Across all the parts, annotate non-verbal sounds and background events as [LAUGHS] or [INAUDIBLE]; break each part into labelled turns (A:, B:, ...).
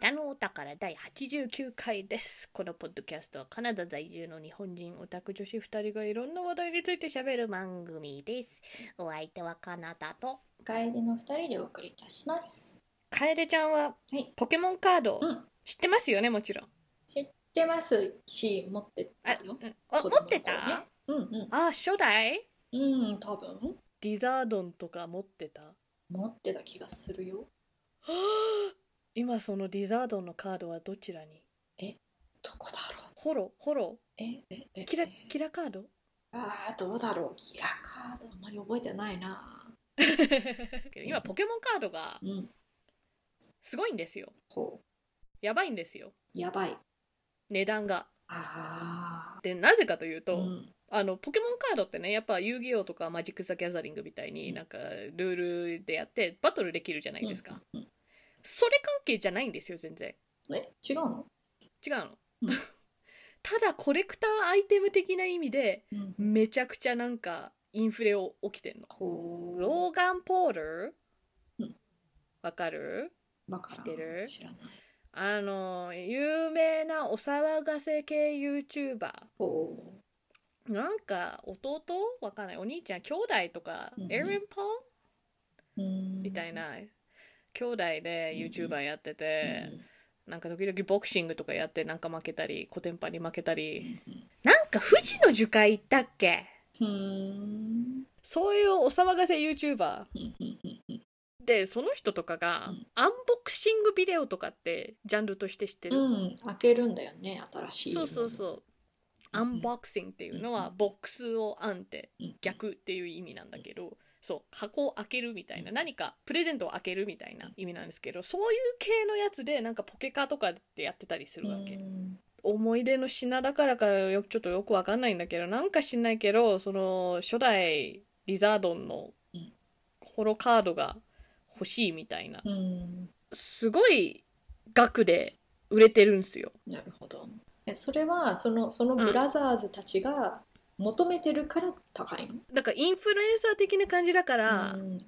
A: ナのお宝第89回です。このポッドキャストはカナダ在住の日本人オタク女子2人がいろんな話題について喋る番組です。お相手はカナダと。
B: お帰りの二人でお送りいたします。
A: カエルちゃんは
B: はい
A: ポケモンカード
B: うん
A: 知ってますよね、もちろん。
B: 知ってますし、持ってた
A: あ、
B: よ。
A: うんあ持
B: 子供の頃
A: ってた、
B: ねうん
A: あ、初代
B: うん。うん、多分
A: ディザードンとか持ってたは
B: 持ってた気がするよ。
A: あ今そのディザードンのカードはどちらに
B: どこだろう。
A: ホロホロ
B: え、え、え、
A: キラ
B: え
A: キラカード
B: ああ、どうだろう。キラカード。あんまり覚えてないな。
A: 今ポケモンカードが
B: うん。
A: すごいんですよ。
B: ほ
A: やばいんですよ。
B: う。やばい。
A: 値段が。
B: ああ。
A: でなぜかというと、
B: うん。
A: あのポケモンカードってねやっぱ遊戯王とかマジック・ザ・ギャザリングみたいに
B: うん
A: なんかルールでやってバトルできるじゃないですか、
B: うん。
A: それ関係じゃないんですよ全然
B: うんえ、違うの
A: 違うの、
B: うん
A: [LAUGHS] ただコレクターアイテム的な意味で
B: うん。
A: めちゃくちゃなんかインフレを起きてんの
B: ほう。
A: ローガン・ポール
B: うん
A: わかる
B: わからん
A: 知ってる
B: 知らない。
A: あの有名なお騒がせ系 YouTuber
B: ほう。
A: なんか弟わかんないお兄ちゃん兄弟とか、
B: うんうん
A: エレン・ポール
B: うん。
A: みたいな、兄弟で YouTuber やって
B: うん。
A: て、なんか時々ボクシングとかやってなんか負けたりコテンパンに負けた
B: う
A: り、
B: んうん
A: なんか富士の樹海行ったっけ
B: ふーん。
A: そういうお騒がせ YouTuber
B: うんうんうんうん
A: でその人とかが、
B: うん
A: アンボクシングビデオとかってジャンルとして知ってる、
B: うん、開けるんだよね、新しい。
A: そうそうそうアンボクシングっていうのは、
B: うん
A: ボックスを編んで
B: うん。
A: 逆っていう意味なんだけど、そう箱を開けるみたいな何かプレゼントを開けるみたいな意味なんですけどそういう系のやつでなんかポケカとかでやってたりするわけ、
B: うん
A: 思い出の品だからかよちょっとよくわかんないんだけどなんか知んないけどその初代リザードンの
B: うん
A: ホロカードが欲しいみたいな
B: うん、
A: すごい額で売れてるんですよ
B: なるほど。え、それは、その、そのブラザーズたちが求めてるから高いの。
A: だからインフルエンサー的な感じだから、
B: うん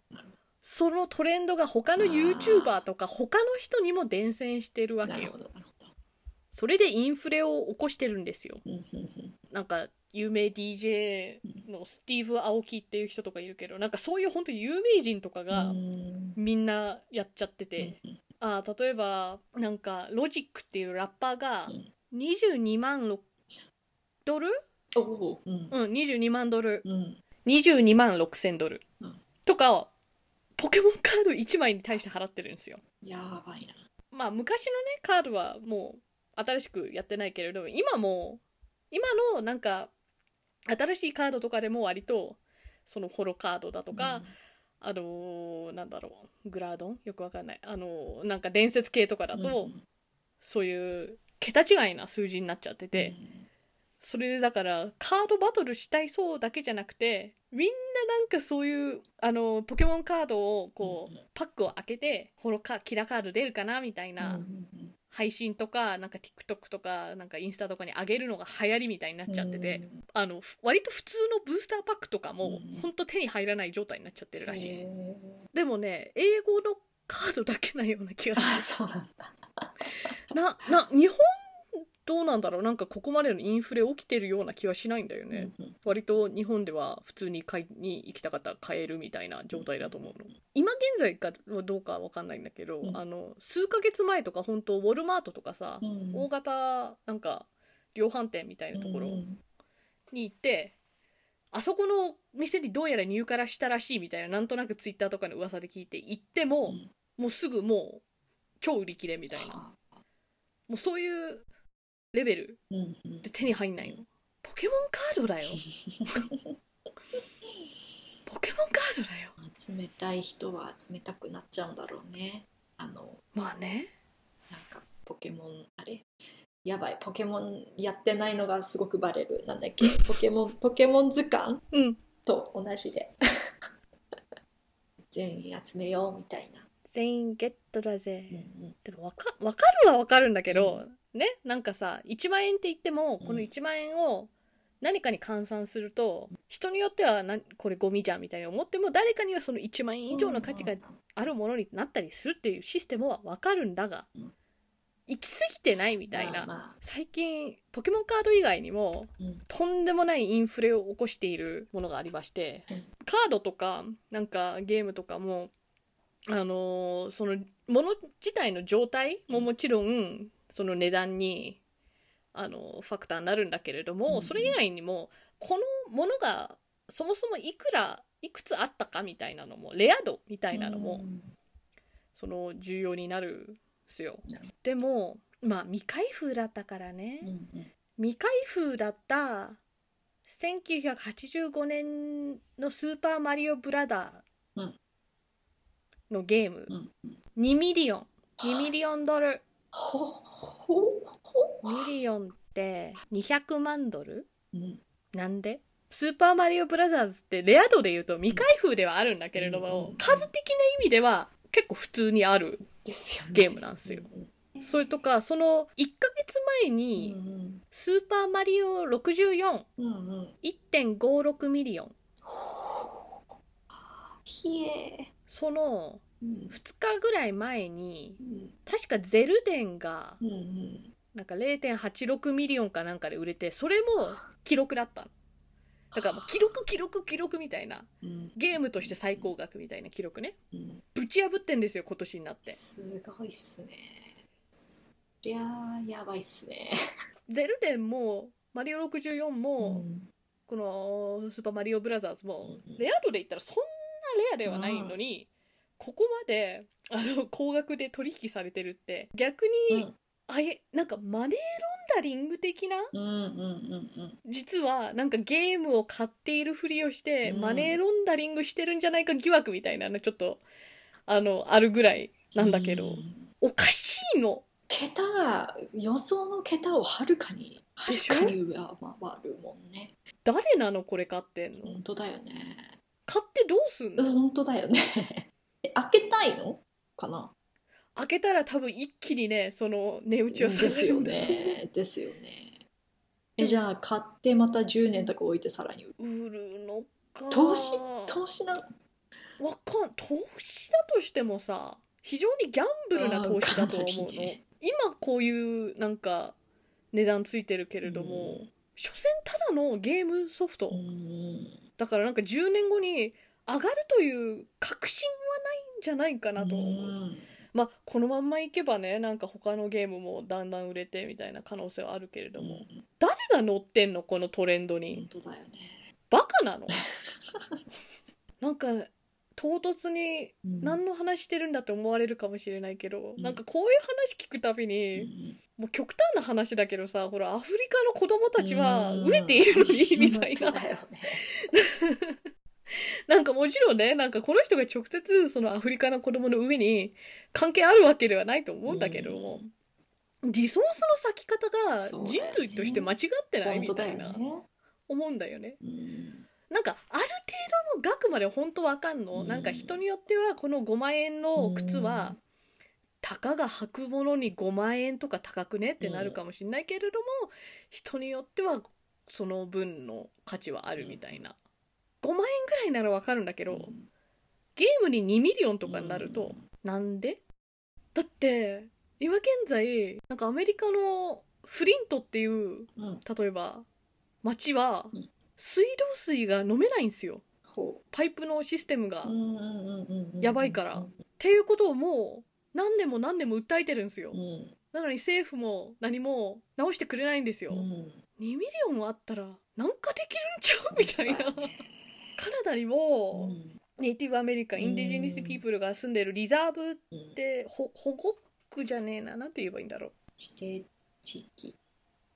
A: そのトレンドが他の
B: あー
A: YouTuber とか他の人にも伝染してるわ
B: な
A: け
B: る
A: よ
B: ほど、なるほど。
A: それでインフレを起こしてるんですよ
B: うんうん
A: なんか有名 DJ のスティーブ・アオキっていう人とかいるけどなんかそういう本当有名人とか
B: うん
A: が
B: うん
A: みんなやっちゃってて、
B: うん
A: ああ例えばなんかロジックっていうラッパーが
B: うん
A: 22万6ドル
B: おお、うん、
A: うん22万ドル
B: うん、
A: 22万6千ドル
B: うん
A: とかをポケモンカード1枚に対して払ってるんですよ
B: やばいな。
A: まあ昔のねカードはもう新しくやってないけれど今も今のなんか新しいカードとかでも割とそのホロカードだとか、あのーなんだろうグラードンよくわかんないあのーなんか伝説系とかだ
B: うん、
A: と、そういう桁違いな数字になっちゃってて、それでだからカードバトルしたいそうだけじゃなくてみんななんかそういうあのーポケモンカードをこう、
B: うん
A: パックを開けてホロカキラカード出るかなみたい
B: うん、
A: な。
B: うんうん
A: 配信とかなんか TikTok とかなんかインスタとかに上げるのが流行りみたいになっちゃってて、
B: うん
A: あのふ割と普通のブースターパックとかも
B: うん
A: ほんと手に入らない状態になっちゃってるらしい、
B: へー
A: でもね英語のカードだけなような気が
B: あ、そうなんだ。
A: [LAUGHS] なな日本どうなんだろうなんかここまでのインフレ起きてるような気はしないんだよね、
B: うんうん
A: 割と日本では普通に買いに行きたかったら買えるみたいな状態だと思うの今現在かはどうかわかんないんだけど、
B: うん
A: あの数ヶ月前とか本当ウォルマートとかさ、
B: うん
A: 大型なんか量販店みたいなところ
B: うん
A: に行って、あそこの店にどうやら入荷したらしいみたいななんとなくツイッターとかの噂で聞いて行っても、
B: うん
A: もうすぐもう超売り切れみたいなも
B: はあ
A: うそういうレベル
B: うんうん
A: で手に入んないのポケモンカードだよポケモンカードだよ
B: 集めたい人は集めたくなっちゃうんだろうねあの
A: まあね
B: なんかポケモンあれやばいポケモンやってないのがすごくバレるなんだっ
A: [LAUGHS]
B: けポケモンポケモン図鑑
A: うん
B: と同じで [LAUGHS] 全員集めようみたいな、
A: 全員ゲットだぜ、
B: うんうん
A: でもわかわかるはわかるんだけど、ねなんかさ1万円って言っても
B: うん
A: この1万円を何かに換算すると、人によってはなこれゴミじゃんみたいに思っても誰かにはその1万円以上の価値があるものになったりするっていうシステムはわかるんだが、
B: うん
A: 行き過ぎてないみたいな、
B: まあまあ
A: 最近ポケモンカード以外にも
B: うん
A: とんでもないインフレを起こしているものがありまして、
B: うん
A: カードとかなんかゲームとかもあのーそのもの自体の状態ももちろんその値段にあのーファクターになるんだけれども、
B: うん
A: それ以外にもこのものがそもそもいくらいくつあったかみたいなのもレア度みたいなのも、
B: うん
A: その重要になるんですよ
B: なるほ。
A: でもまあ未開封だったからね、
B: うんうん
A: 未開封だった1985年の「スーパーマリオブラザ
B: う
A: ー
B: ん」
A: のゲーム、
B: うん
A: 2ミリオン2ミリオンドル
B: ほほほ、
A: 2ミリオンって200万ドル
B: うん、
A: なんでスーパーマリオブラザーズってレア度で言うと未開封ではあるんだけれども、
B: うん
A: 数的な意味では結構普通にある
B: ですよね。
A: ゲームなんですよ。それとかその1ヶ月前
B: うん
A: に「スーパーマリオ64」
B: うんうんうんうん。
A: 1.56ミリオン
B: ひえ。
A: その
B: うん
A: 2日ぐらい前に
B: うん
A: 確かゼルデンが
B: うんうん。
A: なんか0.86ミリオンかなんかで売れてそれも記録だったのだからもう記録記録記録みたいな
B: うん
A: ゲームとして最高額みたいな記録ね
B: うん。
A: ぶち破ってんですよ今年になって
B: すごいっすね。そりゃあやばいっすね。
A: ゼルデンもマリオ64も、
B: ん
A: この「スーパーマリオブラザーズ」も
B: うんうん
A: レア度で言ったらそんなレアではないのにここまであの高額で取引されてるって逆にあえなんかマネーロンダリング的な
B: うんうんうんうん。
A: 実はなんかゲームを買っているふりをして、
B: うん
A: マネーロンダリングしてるんじゃないか疑惑みたいなのちょっとあのあるぐらいなんだけど、
B: うん
A: おかしいの
B: 桁が予想の桁をはるかには
A: で
B: る
A: しょ
B: かに上回るもんね。
A: 誰なのこれ買ってんの、
B: 本当だよね。
A: 買ってどうすんの、
B: 本当だよね。え開けたいのかな。
A: 開けたら多分一気にねその値打ちを下
B: で
A: が
B: す
A: る
B: よ
A: んだと思う
B: ね。ですよね。えじゃあ買ってまた10年とか置いてさらに売る
A: 売るのか
B: 投資投資な
A: わかん投資だとしてもさ非常にギャンブルな投資だと思
B: あー
A: う
B: かなり
A: の、
B: ね
A: 今こういうなんか値段ついてるけれども、所詮ただのゲームソフト、
B: うん
A: だからなんか10年後に上がるという確信はないんじゃないかなと思う、
B: うん
A: まあこのまんまいけばねなんか他のゲームもだんだん売れてみたいな可能性はあるけれども、誰が乗ってんのこのトレンドに、
B: 本当だよね。
A: バカ
B: [LAUGHS]
A: なのなんか唐突に
B: うん
A: 何の話してるんだって思われるかもしれないけど、
B: うん
A: なんかこういう話聞くたび
B: う
A: に、
B: ん
A: もう極端な話だけどさほらアフリカの子供たちは
B: うん
A: 飢えているのにみたいな
B: [LAUGHS] 本当だよね。
A: なんかもちろんねなんかこの人が直接そのアフリカの子供の上に関係あるわけではないと思うんだけども、リソースの割き方
B: そう
A: が
B: だ
A: 人
B: よね
A: 類として間違ってない
B: 本
A: み
B: 当
A: た
B: だよ
A: いな、
B: ね。
A: 思うんだよね。
B: うん
A: なんかある程度の額まで本当わかんの、
B: うん
A: なんか人によってはこの5万円の靴は、
B: うん
A: たかが履くものに5万円とか高くねってなるかもしれないけれども、人によってはその分の価値はあるみたいな、5万円ぐらいならわかるんだけど、ゲームに2ミリオンとかになると、なんでだって今現在なんかアメリカのフリントっていう
B: うんうん
A: 例えば町は
B: うん
A: 水道水が飲めないんですよ
B: ほ
A: パイプのシステムが、
B: う
A: っ
B: うんうんうんうんうん
A: やばいからていうことをもう何年も何年も訴えてるんですよ、
B: うん
A: なのに政府も何も直してくれないんですよ、
B: う
A: 2
B: ん
A: ミリオンあったらなんかできるんちゃうみたいなカ
B: 本
A: ナ
B: 当だよね
A: ダに
B: う
A: も
B: ん
A: ネイティブアメリカンインディジェニスピープルが住んでるリザーブっ
B: うん
A: てほ保護区じゃねえななんて言えばいいんだろう
B: 指定地域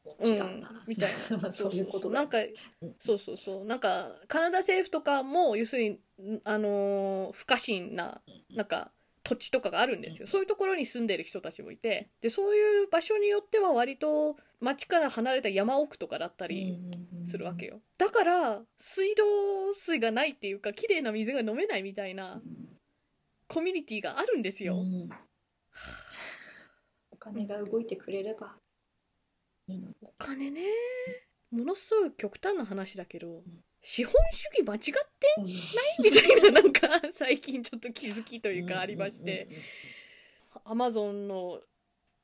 B: も
A: うん
B: 違うな、
A: みたい
B: まあそういうことだ
A: なんか
B: うん
A: そうそうそうなんかカナダ政府とかも要するにんあのー不可侵ななんか土地とかがあるんですよそういうところに住んでる人たちもいてでそういう場所によっては割と町から離れた山奥とかだったりするわけ
B: よ、
A: よだから水道水がないっていうか綺麗な水が飲めないみたいなコミュニティがあるんです
B: う
A: よ
B: んお金が動いてくれればいいのに
A: お金ねものすごい極端な話だけど資本主義間違ってみたいななんか最近ちょっと気づきというかありましてアマゾンの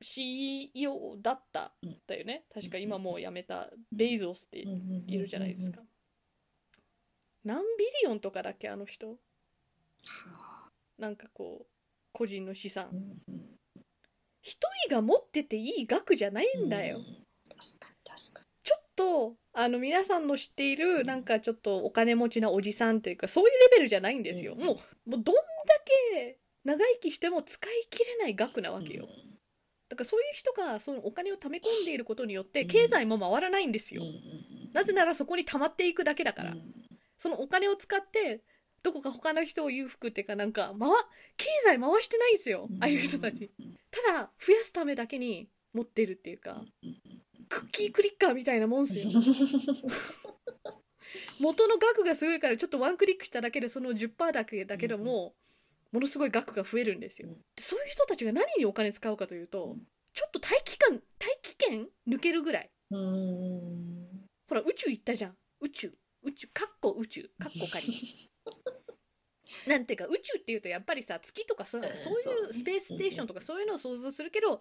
A: CEO だった
B: うん
A: だよね確か
B: うん
A: 今もう辞めたベイゾスっているじゃないですか。何ビリオンとかだっけあの人なんかこう個人の資
B: う
A: 産
B: んうんうん
A: 一人が持ってていい額じゃない
B: うん
A: んだよ、
B: 確かに確かに
A: ちょっとあの皆さんの知っているなんかちょっとお金持ちなおじさんというかそういうレベルじゃないんですよ、
B: うん
A: もうもうどんだけ長生きしても使い切れない額なわけよ、だからそういう人がそのお金を貯め込んでいることによって
B: うん
A: 経済も回らないんです
B: うん
A: よ、
B: うんうんうん
A: なぜならそこに溜まっていくだけだから、
B: うん
A: そのお金を使ってどこか他の人を裕福っていうかなんか回経済回してないんですよ、ああいう人たち
B: うん
A: ただ増やすためだけに持ってるっていうか、クッキークリッカーみたいなもんですよ元の額がすごいからちょっとワンクリックしただけでその10%だけだけども、ものすごい額が増えるんですよ、
B: うん
A: でそういう人たちが何にお金使うかというと、
B: うん
A: ちょっと大気間大気圏抜けるぐらい
B: うん
A: ほら宇宙行ったじゃん宇宙宇宙かっこ宇宙かっこ
B: [LAUGHS]
A: 仮なんていうか宇宙っていうとやっぱりさ月とかそう,、
B: うん
A: そう
B: そう
A: い
B: だ
A: う
B: ね
A: スペースステーションとかそういうのを想像するけど、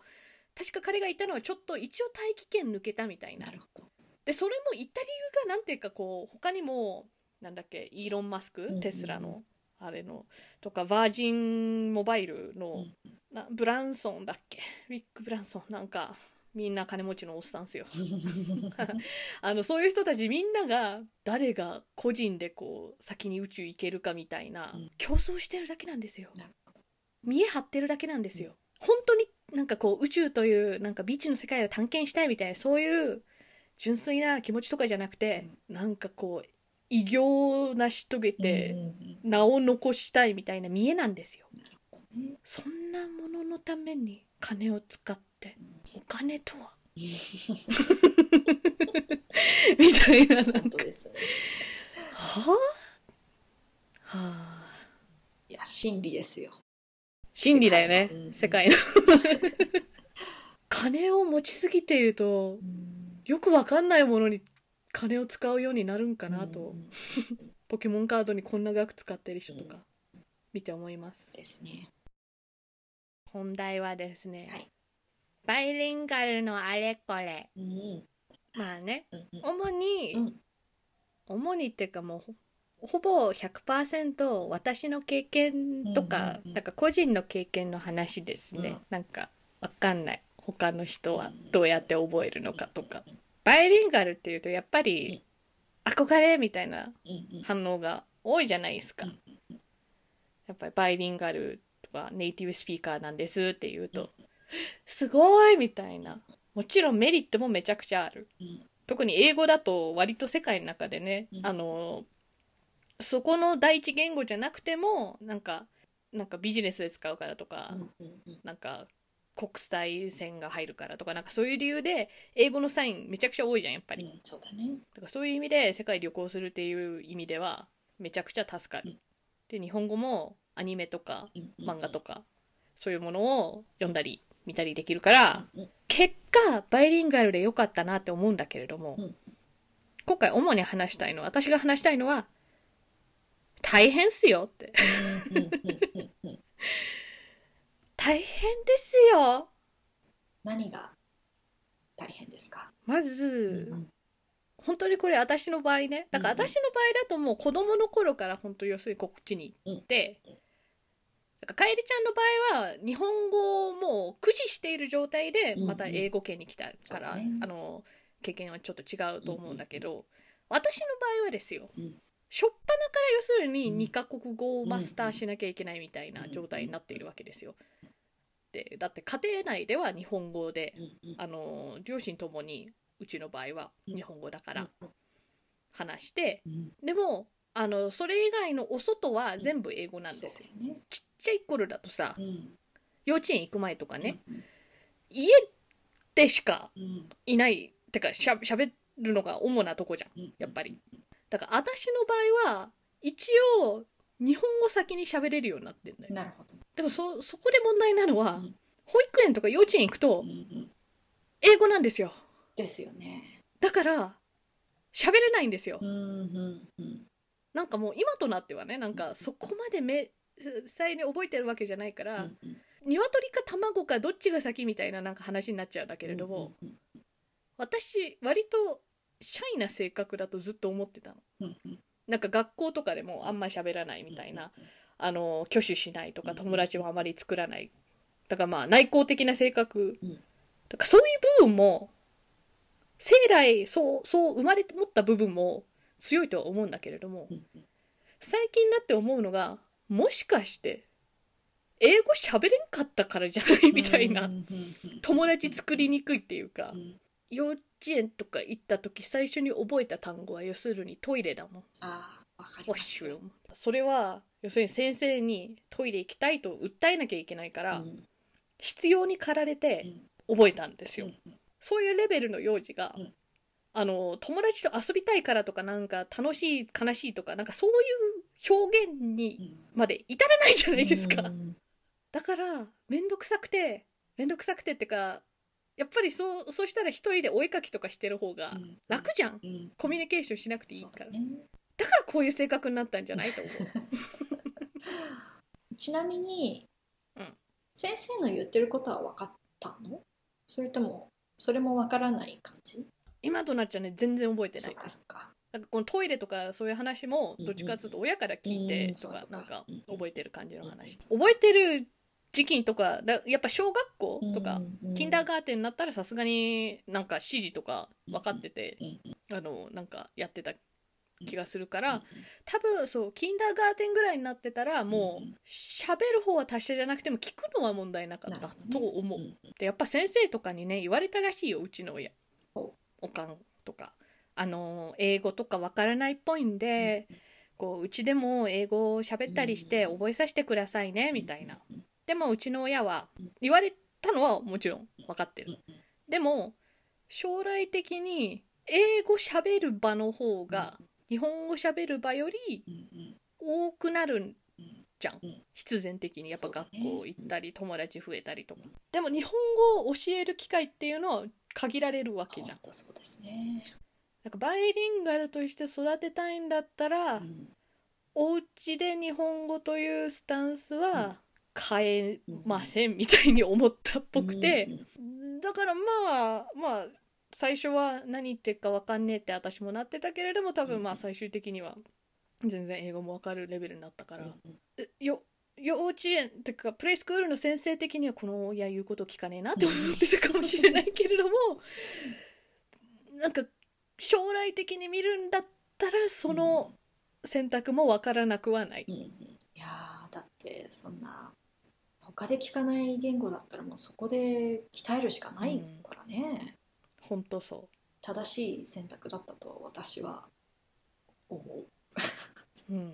A: 確か彼が言ったのはちょっと一応大気圏抜けたみたいな
B: なるほど
A: でそれも言った理由がなんていうかこう他にもなんだっけイーロン・マスク、
B: うんうん
A: テスラのあれのとかバージンモバイルの、なブランソンだっけウィック・ブランソンなんかみんな金持ちのおっさんっすよあのそういう人たちみんなが誰が個人でこう先に宇宙行けるかみたいな、
B: うん
A: 競争してるだけなんですよ
B: なる
A: 見え張ってるだけなんですよ、本当になんかこう宇宙というなんか未知の世界を探検したいみたいなそういう純粋な気持ちとかじゃなくて、なんかこう偉業を成し遂げ
B: うん
A: て
B: うんうん
A: 名を残したいみたいな見えなんですよ、
B: なるほどね
A: そんなもののために金を使ってお金とは [LAUGHS] みたいななんか
B: 本当ですね
A: はあはあ
B: いや真理ですよ
A: 真理だよね世
B: 世
A: 界
B: 界
A: の [LAUGHS] 金を持ちすぎているとよくわかんないものに金を使うようになるんかなと、
B: うん
A: ポケモンカードにこんな額使ってる人とか
B: うん
A: 見て思います、
B: ですね
A: 本題はですね、
B: はい
A: バイリンガルのあれこれ
B: うんうん
A: まあね
B: うんうん
A: 主に、
B: うん
A: 主にっていうかもうほほぼ100%私の経験とか、
B: うんうんうん
A: なんか個人の経験の話ですね、
B: うん
A: なんかわかんない他の人はどうやって覚えるのかとか、バイリンガルっていうとやっぱり憧れみたいな
B: うんうん
A: 反応が多いじゃないですか、
B: うん
A: やっぱりバイリンガルとかネイティブスピーカーなんですって言うと、すごいみたいなもちろんメリットもめちゃくちゃある、
B: うん
A: 特に英語だと割と世界の中でね、
B: うん
A: あのそこの第一言語じゃなくてもなんかなんかビジネスで使うからとか、
B: うんうんうん
A: なんか国際線が入るからとかなんかそういう理由で英語のサインめちゃくちゃ多いじゃんやっぱり、
B: うんそうだね
A: だからそういう意味で世界旅行するっていう意味ではめちゃくちゃ助かる、
B: うん
A: で日本語もアニメとか
B: うんうん
A: 漫画とかそういうものを読んだり見たりできるから
B: うん
A: 結果バイリンガルで良かったなって思うんだけれども、
B: うん
A: 今回主に話したいのは私が話したいのは大変っすよって
B: うんうんうんうんうん
A: 大変ですよ
B: 何が大変ですか
A: まず、
B: うん
A: 本当にこれ私の場合ねだから
B: うんうん
A: 私の場合だともう子供の頃から本当要するにこっちに行って、
B: うんうん
A: だからかえりちゃんの場合は日本語をもう駆使している状態で
B: うんうん
A: また英語圏に来た
B: そ
A: か
B: う
A: ら、
B: だね
A: あの経験はちょっと違うと思うんだけど、私の場合はですよ、
B: うん
A: 初っ端から要する
B: う
A: に
B: ん
A: 2カ国語をマスターしなきゃいけないみたいな状態になっているわけですよ。でだって家庭内では日本語で
B: うんうん
A: あの両親ともにうちの場合は日本語だから
B: うん
A: 話して、
B: うん
A: でもあのそれ以外のお外は全部英語なんです
B: そ
A: よ、
B: うだよね
A: ちっちゃい頃だとさ
B: うん
A: 幼稚園行く前とかね、
B: うん
A: 家でしか
B: うん
A: いないてかしゃ喋るのが主なとこじゃん
B: うん
A: やっぱりだから私の場合は一応日本語先に喋れるようになってんだよ
B: なるほど
A: でもそそこで問題なのは、
B: うん
A: 保育園とか幼稚園行くと
B: うんうん
A: 英語なんですよ
B: ですよね
A: だから喋れないんですよ、
B: うんうんうん
A: なんかもう今となってはねなんかそこまでめ実際に覚えてるわけじゃないから、
B: うんうん
A: 鶏か卵かどっちが先みたいななんか話になっちゃうんだけれども、
B: うん
A: 私割とシャイな性格だとずっと思ってたの
B: うんうん
A: なんか学校とかでもあんま喋らないみたいな、
B: うん
A: あの挙手しないとか
B: うん
A: 友達もあまり作らないだからまあ内向的な性格、
B: うん
A: だからそういう部分も生来そうそう生まれ持った部分も強いとは思うんだけれども
B: うんうん
A: 最近になって思うのがもしかして英語喋れんかったからじゃない [LAUGHS] みたいな、
B: うんうんうん
A: 友達作りにくいっていうか、
B: うん
A: 幼稚園とか行った時最初に覚えた単語は要するにトイレだもん
B: ああわかり
A: ウォ
B: ま
A: ッシ
B: す
A: ュルームそれは要するに先生にトイレ行きたいと訴えなきゃいけないから、
B: うん
A: 必要に駆られ
B: う
A: て
B: ん
A: 覚えたんです
B: う
A: よ、
B: んうん
A: そういうレベルの幼児が、
B: うん
A: あの友達と遊びたいからとかなんか楽しい悲しいとかなんかそういう表現にまで至らないじゃないですか、
B: うん
A: だから面倒くさくて面倒くさくてってかやっぱりそうそうしたら一人でお絵かきとかしてる方が
B: うん
A: 楽じゃん、
B: うん
A: コミュニケーションしなくていいから
B: そう
A: だ,、
B: だね
A: からこういう性格になったんじゃないと思う
B: ちなみに、
A: うん
B: 先生の言ってることは分かったのそれともそれも分からない感じ
A: 今となっちゃね全然覚えてな
B: そ
A: い
B: っかそっか
A: なんかこのトイレとかそういう話もどっちかっていうと親から聞いてと
B: うんうん
A: か
B: うん
A: なんか
B: うん
A: 覚えてる感じの話
B: う
A: 覚えてる時期とかだやっぱ小学校とか、
B: うんうん
A: キンダーガーテンになったらさすがになんか指示とか分かってて
B: うんうん
A: あのなんかやってた気がするから、
B: うん
A: 多分そうキンダーガーテンぐらいになってたらも
B: う
A: うん喋る方は達者じゃなくても聞くのは問題なかっ
B: な
A: た
B: るほどね
A: と思う、
B: うん
A: でやっぱ先生とかにね言われたらしいようちの親
B: ほ
A: おかんとかあのー英語とかわからないっぽいんで、こううちでも英語を喋ったりして
B: うん
A: 覚えさせてくださいね、みたいな
B: うん
A: でもうちの親は
B: うん
A: 言われたのはもちろん分かってる、
B: うんうん
A: でも将来的に英語喋る場の方が、日本語喋る場より
B: うんうん
A: 多くなるん
B: うん
A: じゃん、
B: うん
A: 必然的にやっぱ
B: そうだ
A: 学
B: ね
A: 校行ったり友達増えたりとか、でも日本語を教える機会っていうのは限られるわけじゃん
B: 本当そうですね
A: なんかバイリンガルとして育てたいんだったら、
B: うん
A: お家で日本語というスタンス
B: うん
A: は変えませんみたいに思ったっぽくて
B: う、ん
A: だからまあまあ最初は何言ってるか分かんねえって私もなってたけれども多
B: うん
A: 分まあ最終的には全然英語も分かるレベルになったから、
B: うん
A: えよ幼稚園ってかプレイスクールの先生的にはこの親言うこと聞かねえなって思ってたかもしれないけれどもなんか将来的に見るんだったらその選択も分からなくはない
B: うんうんいやーだってそんな他で聞かない言語だったらもうそこで鍛えるしかないからね、
A: 本当そ
B: 正しい選択だったと私は思う
A: ううん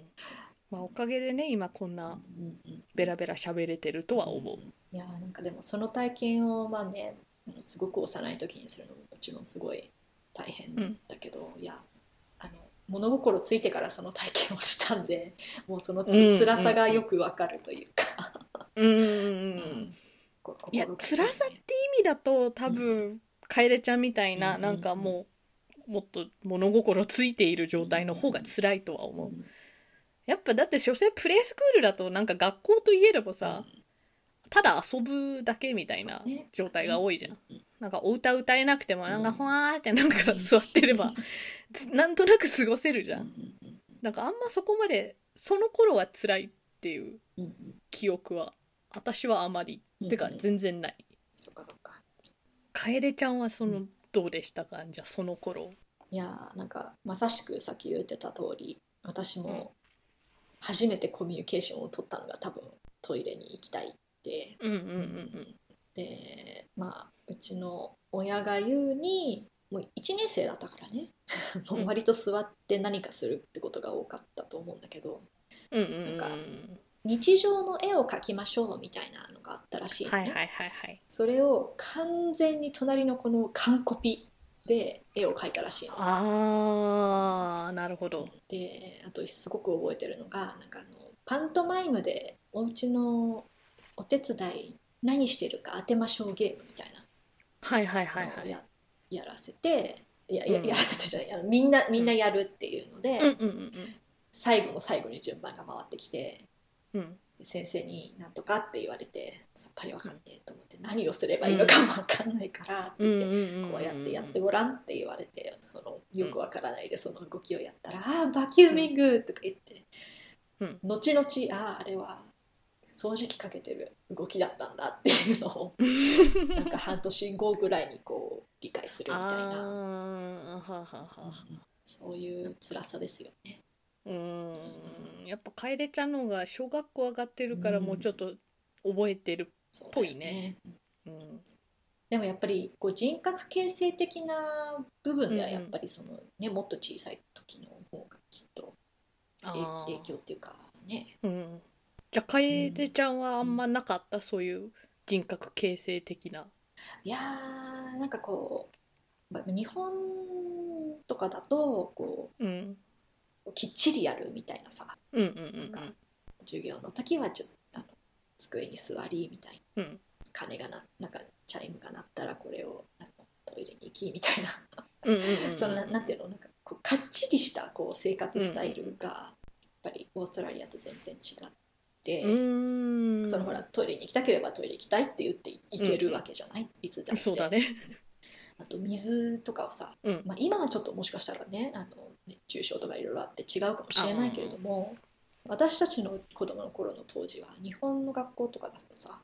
A: まあおかげでね今こんな
B: うんうん
A: ベラベラ喋れてるとは思う
B: いやーなんかでもその体験をまあねあのすごく幼い時にするのももちろんすごい大変だけど、いやあの物心ついてからその体験をしたんで [LAUGHS] もうそのつ、
A: うん
B: 辛さがよくわかるというか、
A: うんうん
B: う
A: うん
B: こ心
A: いや
B: が
A: 辛さって意味だと多分楓ちゃんみたいな
B: うん
A: なんかもうもっと物心ついている状態の方が辛いとは
B: う
A: 思うんやっぱだって所詮プレイスクールだとなんか学校といえればさ
B: うん
A: ただ遊ぶだけみたいな
B: そうね
A: 状態が多いじゃん
B: うん
A: なんかお歌歌えなくてもなん
B: う
A: か
B: ん
A: ほわーってなんか
B: うん
A: 座ってれ
B: [LAUGHS]
A: ばつなんとなく過ごせるじゃ
B: うんんうん
A: なんかあんまそこまでその頃は辛いっていう
B: うんうん
A: 記憶は私はあまり
B: うん
A: てか
B: うん
A: 全然ない
B: そっかそっか
A: 楓ちゃんはそうのどうでしたかじゃあその頃
B: いやーなんかまさしくさっき言ってた通り私も初めてコミュニケーションを取ったのが多分トイレに行きたいって
A: うんうんうん
B: でまあうちの親が言うにもう1年生だったからね [LAUGHS] もう割と座って何かするってことが多かったと思うんだけど
A: うんうんうんうん
B: なんか日常の絵を描きましょうみたいなのがあったらしいのね、
A: はいはいはいはい
B: それを完全に隣のこの完コピで絵を描いたらしいの
A: あーなるほど
B: であとすごく覚えてるのがなんかあのパントマイムでお家のお手伝い何してるか当てましょうゲームみたい
A: はいはいは
B: ないの
A: は
B: を
A: い
B: や,、やらせていやや
A: うん
B: やらせてじゃないあのみんなみんなやるっていうので、
A: うんうんうん
B: 最後の最後に順番が回ってきて
A: ううん
B: で先生に「なんとか」って言われてさっぱりわかんねえと思って何をすればいいのかもわかんないからって
A: うん
B: 言っ
A: う
B: て
A: んうんうん
B: こうやってやってごらんって言われてそのよくわからないでその動きをやったら「ああバキューミング」とか言って、
A: うん
B: 後々「あああれは掃除機かけてる動きだったんだ」っていうの
A: [LAUGHS]
B: をなんか半年後ぐらいにこう理解するみたい
A: あーは
B: な、
A: あはあはあ
B: そういう辛さですよね。
A: うーんやっぱ楓ちゃんの方が小学校上がってるから
B: うん
A: もうちょっと覚えてる、
B: そうだ
A: ぽ
B: よ
A: いねうん
B: でもやっぱりこう人格形成的な部分ではやっぱりその、ね、もっと小さい時の方がきっと影
A: あー
B: 影響っていうかね
A: うん、じゃあ楓ちゃんはあんまなかった、そういう人格形成的ない
B: やーなんかこうまあ日本とかだとこ
A: うん
B: うきっちりやるみたいなさ
A: うんうん
B: なんか授業の時はちょあの机に座りみたいな
A: うんうん
B: 鐘がななんかチャイムが鳴ったらこれをあのトイレに行きみたいな、
A: うんうんうん
B: そのななんていうのなんかこうかっちりしたこう生活スタイルがやっぱりオーストラリアと全然違って。
A: うーん
B: そのほらトイレに行きたければトイレ行きたいって言って行けるわけじゃない、いつだって
A: そうだね
B: あと水とかをさ、
A: うん
B: まあ、今はちょっともしかしたらねあの熱中症とかいろいろあって違うかもしれないけれども私たちの子供の頃の当時は日本の学校とかだとさ、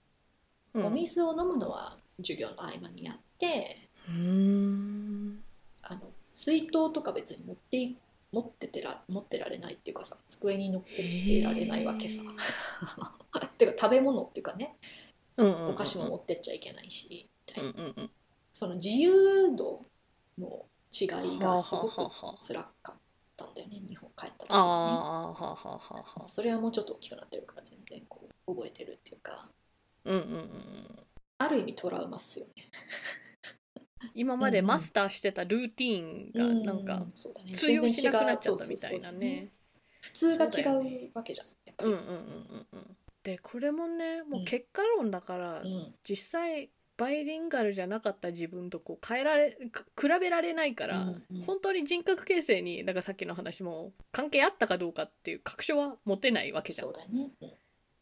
A: うん
B: お水を飲むのは授業の合間にやって
A: うーん
B: あの水筒とか別に持ってい持っててら持ってられないっていうかさ机に乗っけてられないわけさ。っていうか食べ物っていうかねお
A: お
B: 菓子も持ってっちゃいけないし、みたいな
A: うんうんうん
B: その自由度の違いがすごく
A: ははは
B: 辛かったんだよね日本帰った時
A: ああ
B: にね
A: はははは
B: それはもうちょっと大きくなってるから全然こう覚えてるっていうか
A: うんうんうん
B: ある意味トラウマっすよね
A: 今までマスターしてたルーティーンがなんか
B: うそうだね
A: 通用しなくなっちゃ
B: 全
A: ったみた
B: 然違うそうそう
A: い
B: そ
A: な
B: う
A: ね
B: 普通が違うわけじゃんやっぱ
A: うん
B: り、
A: うんうんうんうんでこれもねもう結果論だから、
B: うん
A: 実際バイリンガルじゃなかった自分とこう変えられく比べられないから、
B: うんうん
A: 本当に人格形成になんかさっきの話も関係あったかどうかっていう確証は持てないわけじゃん
B: そうだね、うん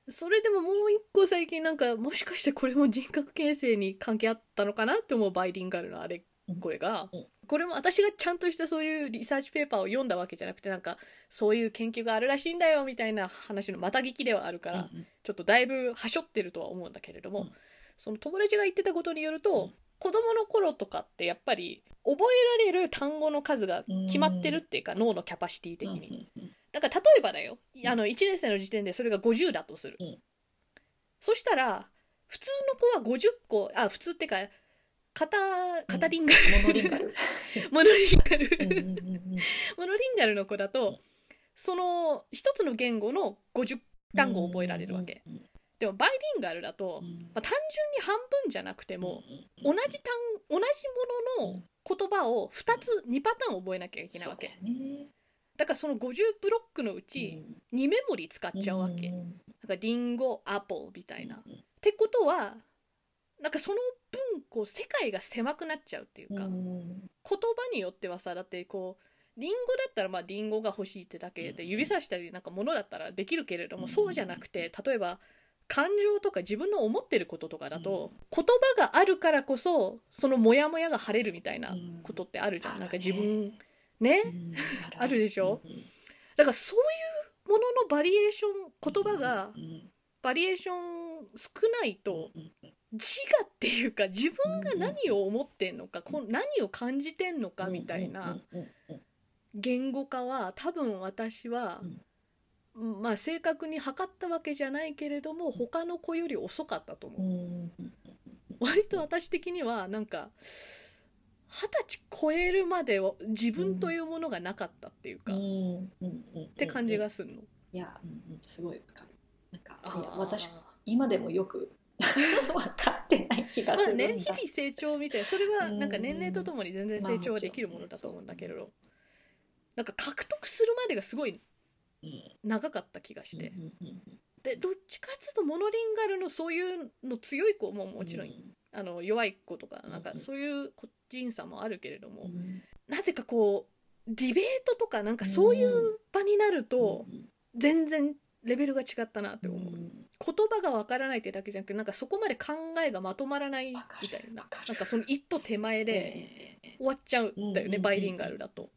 A: それでももう一個最近なんかもしかしてこれも人格形成に関係あったのかなって思うバイリンガルのあれ
B: うん
A: これが、
B: うん
A: これも私がちゃんとしたそういうリサーチペーパーを読んだわけじゃなくてなんかそういう研究があるらしいんだよみたいな話のまた聞きではあるから、
B: うんうん
A: ちょっとだいぶはしょってるとは思うんだけれども、
B: うん
A: その友達が言ってたことによると、
B: うん
A: 子供の頃とかってやっぱり覚えられる単語の数が決まってるっていうか、脳のキャパシティ的に、
B: うんうん
A: だから例えばだよあの1年生の時点でそれが50だとする、
B: うん
A: そしたら普通の子は50個あ普通ってか片片リンガル、
B: モノリンガル
A: [LAUGHS] モノリンガル、
B: うんうんうんうん
A: モノリンガルの子だとその一つの言語の50単語を覚えられるわけ、
B: うんうん
A: でもバイリンガルだと、
B: うんうん
A: まあ、単純に半分じゃなくても、
B: うんうん
A: 同じ単同じもの
B: う
A: の
B: ん
A: 言葉を2つ2パターン覚えなきゃいけないわけだ
B: そうだよね
A: からその50ブロックのうち2メモリ使っちゃうわけ、な
B: ん
A: ん
B: ん
A: かリンゴアポみたいな、っ
B: うん
A: てことはなんかその分こう世界が狭くなっちゃうっていうか、
B: う
A: 言
B: ん
A: 葉によってはさだってこうリンゴだったらまあリンゴが欲しいってだけで
B: うん
A: 指さしたりなんか物だったらできるけれども、
B: うん
A: そうじゃなくて例えば感情とか自分の思ってることとかだと、言葉があるからこそそのモヤモヤが晴れるみたいなことってあるじゃん、
B: うん
A: なんか
B: ある
A: 自
B: ね
A: 分ね、
B: うん
A: あるでしょ、
B: うんうん
A: だからそういうもののバリエーション言葉が
B: うん
A: バリエーション少ないと
B: うん
A: 自我っていうか自分が何を思ってんのか、こん何を感じてんのかみたいな
B: うんうんうん
A: 言語化は多分私は、うんまあ正確に測ったわけじゃないけれども他の子より遅かったと思う
B: う。んうん
A: 割と私的にはなんか二十歳超えるまでを自分というものがなかったっていうか、
B: うん
A: っ
B: うんうん
A: て感じがするの。
B: いや、うんうん、すごいわかるなんかいや
A: あー
B: 私今でもよく分かってない気が
A: ますあ
B: るんだ、
A: ね、日々成長みたいなそれはなんか年齢とともに全然成長
B: ま
A: は
B: あ
A: できるものだと思うんだけれど、なんか獲得するまでがすごい
B: うん
A: 長かった気がして、
B: うんうんうんうん
A: でどっちかっていうとモノリンガルのそういうの強い子ももちろん、あの弱い子とかなんかそういう個人差もあるけれども、
B: うん
A: なぜかこうディベートとかなんかそういう場になると
B: うん
A: 全然レベルが違ったなって思う、言葉がわからないってだけじゃなくてなんかそこまで考えがまとまらない
B: わかる
A: みたいな
B: わかる
A: なんかその一歩手前で
B: ええ
A: 終わっちゃうんだよ
B: うんうんう
A: ね
B: ん
A: バイリンガルだと。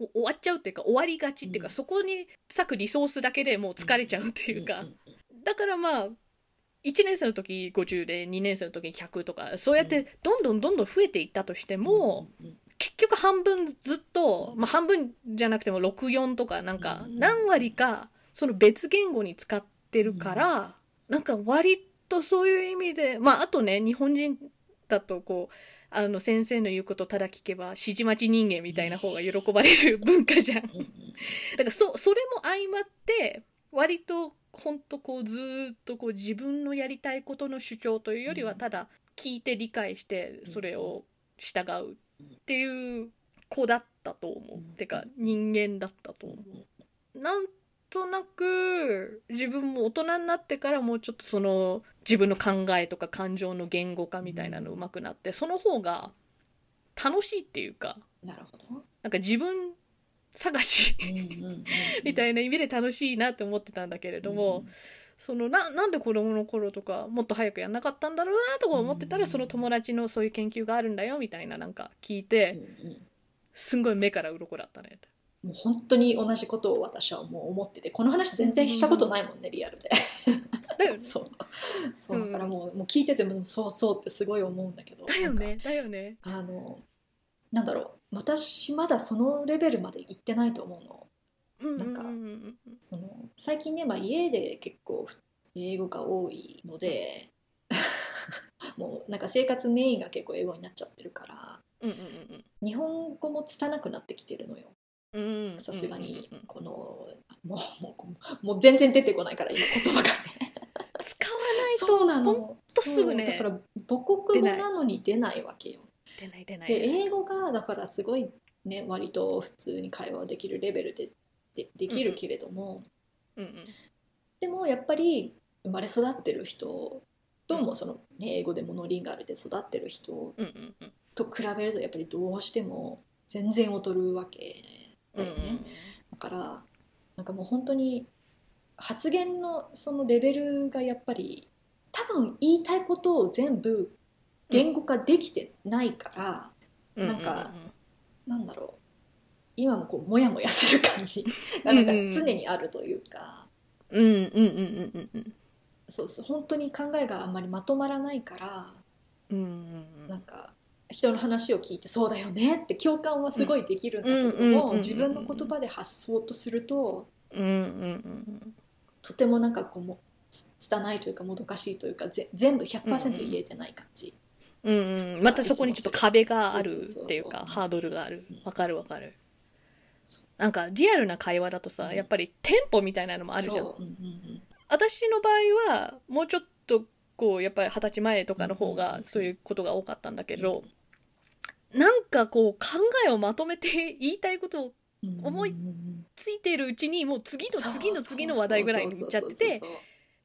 A: お終わっちゃうっていうか終わりがちっていうか、
B: うん
A: そこに割くリソースだけでもう疲れちゃうっていうか、
B: んんん
A: だからまあ1年生の時50で2年生の時100とかそうやってどんどんどんどん増えていったとしても、
B: うんうん
A: 結局半分ずっと、
B: うん
A: まあ、半分じゃなくても64とかなんか
B: うん
A: 何割かその別言語に使ってるから、なんか割とそういう意味でまああとね日本人だとこうあの先生の言うことただ聞けば指示待ち人間みたいな方が喜ばれる文化じゃん。
B: うんうん
A: だからそそれも相まって割と本当こうずーっとこう自分のやりたいことの主張というよりは
B: うん
A: ただ聞いて理解してそれを従うっていう子だったと思う、
B: うん
A: てか人間だったと思う。なんとなく自分も大人になってからもうちょっとその自分の考えとか感情の言語化みたいなのうまくなってその方が楽しいっていうか
B: なるほど。
A: なんか自分探しみた
B: い
A: いな意味で楽しいなって思ってたんだけれども、、そのななんで子供の頃とかもっと早くやんなかったんだろうなとか思ってたら、
B: うん
A: その友達のそういう研究があるんだよみたいななんか聞い
B: うん
A: て
B: うん
A: すんごい目から鱗だったねって
B: もう本当に同じことを私はもう思っててこの話全然したことないもんねリアルで
A: だよね
B: そうそうだからもう,、もう聞いててもそうそうってすごい思うんだけど
A: だよ
B: なん
A: ね
B: か
A: だよね
B: あのなんだろう私まだそのレベルまで行ってないと思うの
A: うん
B: なんか
A: うんうんうん
B: その最近ね、まあ、家で結構英語が多いので [LAUGHS] もうなんか生活メインが結構英語になっちゃってるから
A: うんうんうん
B: 日本語も拙くなってきてるのよ
A: うんうん
B: さすが
A: う
B: に
A: んうんうん
B: このもうもうもう全然出てこないから今言葉がね
A: 使わ
B: そうな
A: ほ
B: の
A: とすぐね
B: そうだから母国語なのに出ないわけよ
A: 出ない出ない
B: で英語がだからすごいね割と普通に会話できるレベルででできるけれども、
A: うんうん
B: でもやっぱり生まれ育ってる人ともその、ね、英語でモノリンガルで育ってる人
A: うんうんうん
B: と比べるとやっぱりどうしても全然劣るわけ
A: う
B: だ
A: ん
B: よ
A: う
B: ね、
A: ん
B: だからなんかもう本当に発言のそのレベルがやっぱり多分言いたいことを全部言語化できてないから、
A: うん
B: なんかなんだろう今もこうモヤモヤする感じがなんか常にあるというか。
A: うんうんうんうんうんうん
B: そうそう本当に考えがあんまりまとまらないから
A: うんうんう
B: なんんか人の話を聞いてそうだよねって共感はすごいできるんだけ
A: うんうん
B: れ
A: うん
B: ど
A: うん
B: も自分の言葉で発想とすると
A: うんうん
B: とてもなんかこうもつ拙いというかもどかしいというかぜ全
A: うん
B: 部
A: うん
B: 100%言えてない感じ、
A: うんうんまたそこにちょっと壁がある
B: そうそうそうそう
A: っていうかハードルがある
B: うん
A: わかるわかる
B: そ
A: なんかリアルな会話だとさ
B: うん
A: やっぱりテンポみたいなのもあるじゃん
B: そううんうん
A: 私の場合はもうちょっとこうやっぱり二十歳前とかの方がそういうことが多かったんだけどなんかこう考えをまとめて言いたいことを
B: うんうん
A: 思いついてるうちにもう次の次の次の話題ぐらいにいっちゃってて
B: そうそう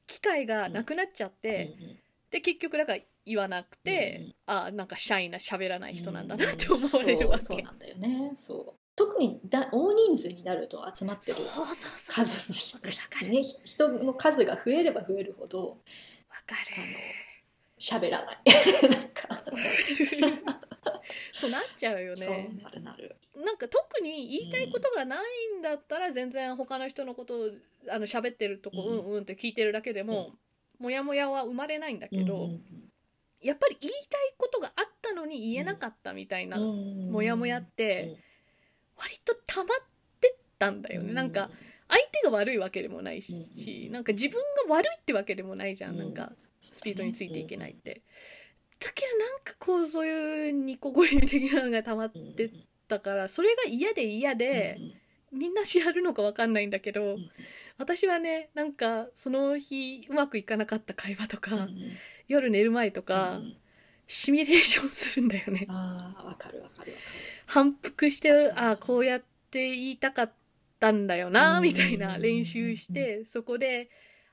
A: 機会がなくなっちゃって、
B: そうそうそう
A: で結局なんか言わなくて、
B: うんうん
A: あなんかシャイな喋らない人なんだなって
B: うんうん
A: 思われるわけ、
B: そうそうなんだよねそう特にだ大人数になると集まってる
A: そうそうそう
B: 数
A: わかる
B: に、ね、ひ人の数が増えれば増えるほど
A: わか
B: あの
A: る
B: 喋らない。なんか
A: そうなっちゃうよ
B: そう
A: ね
B: なるなる。
A: なんか特に言いたいことがないんだったら全然他の人のことをあの喋ってるとこ、う、
B: うんん
A: うんって聞いてるだけでも、モヤモヤは生まれないんだけど、
B: うん
A: やっぱり言いたいことがあったのに言えなかったみたいな、
B: うん
A: モヤモヤって割と溜まってったんだよね、なんか。相手が悪いわけでもないし、
B: うん
A: なんか自分が悪いってわけでもないじゃん、
B: うん
A: なんか
B: ス
A: スピードについていけないっ。て。だけどなんかこうそういうニコゴリ的なのが溜まっ
B: うん
A: てたからそれが嫌で嫌で、、みんなしはるのかわかんないんだけど、
B: うん
A: 私はねなんかその日うまくいかなかった会話とか、
B: うんうんうんうん
A: 夜寝る前とか、
B: うん
A: シミュレーションするんだよね。
B: ああわかるわかるわか
A: 反復して
B: ん
A: ああこうやって言いたかったんだよな
B: うん
A: みたいな練習してそこで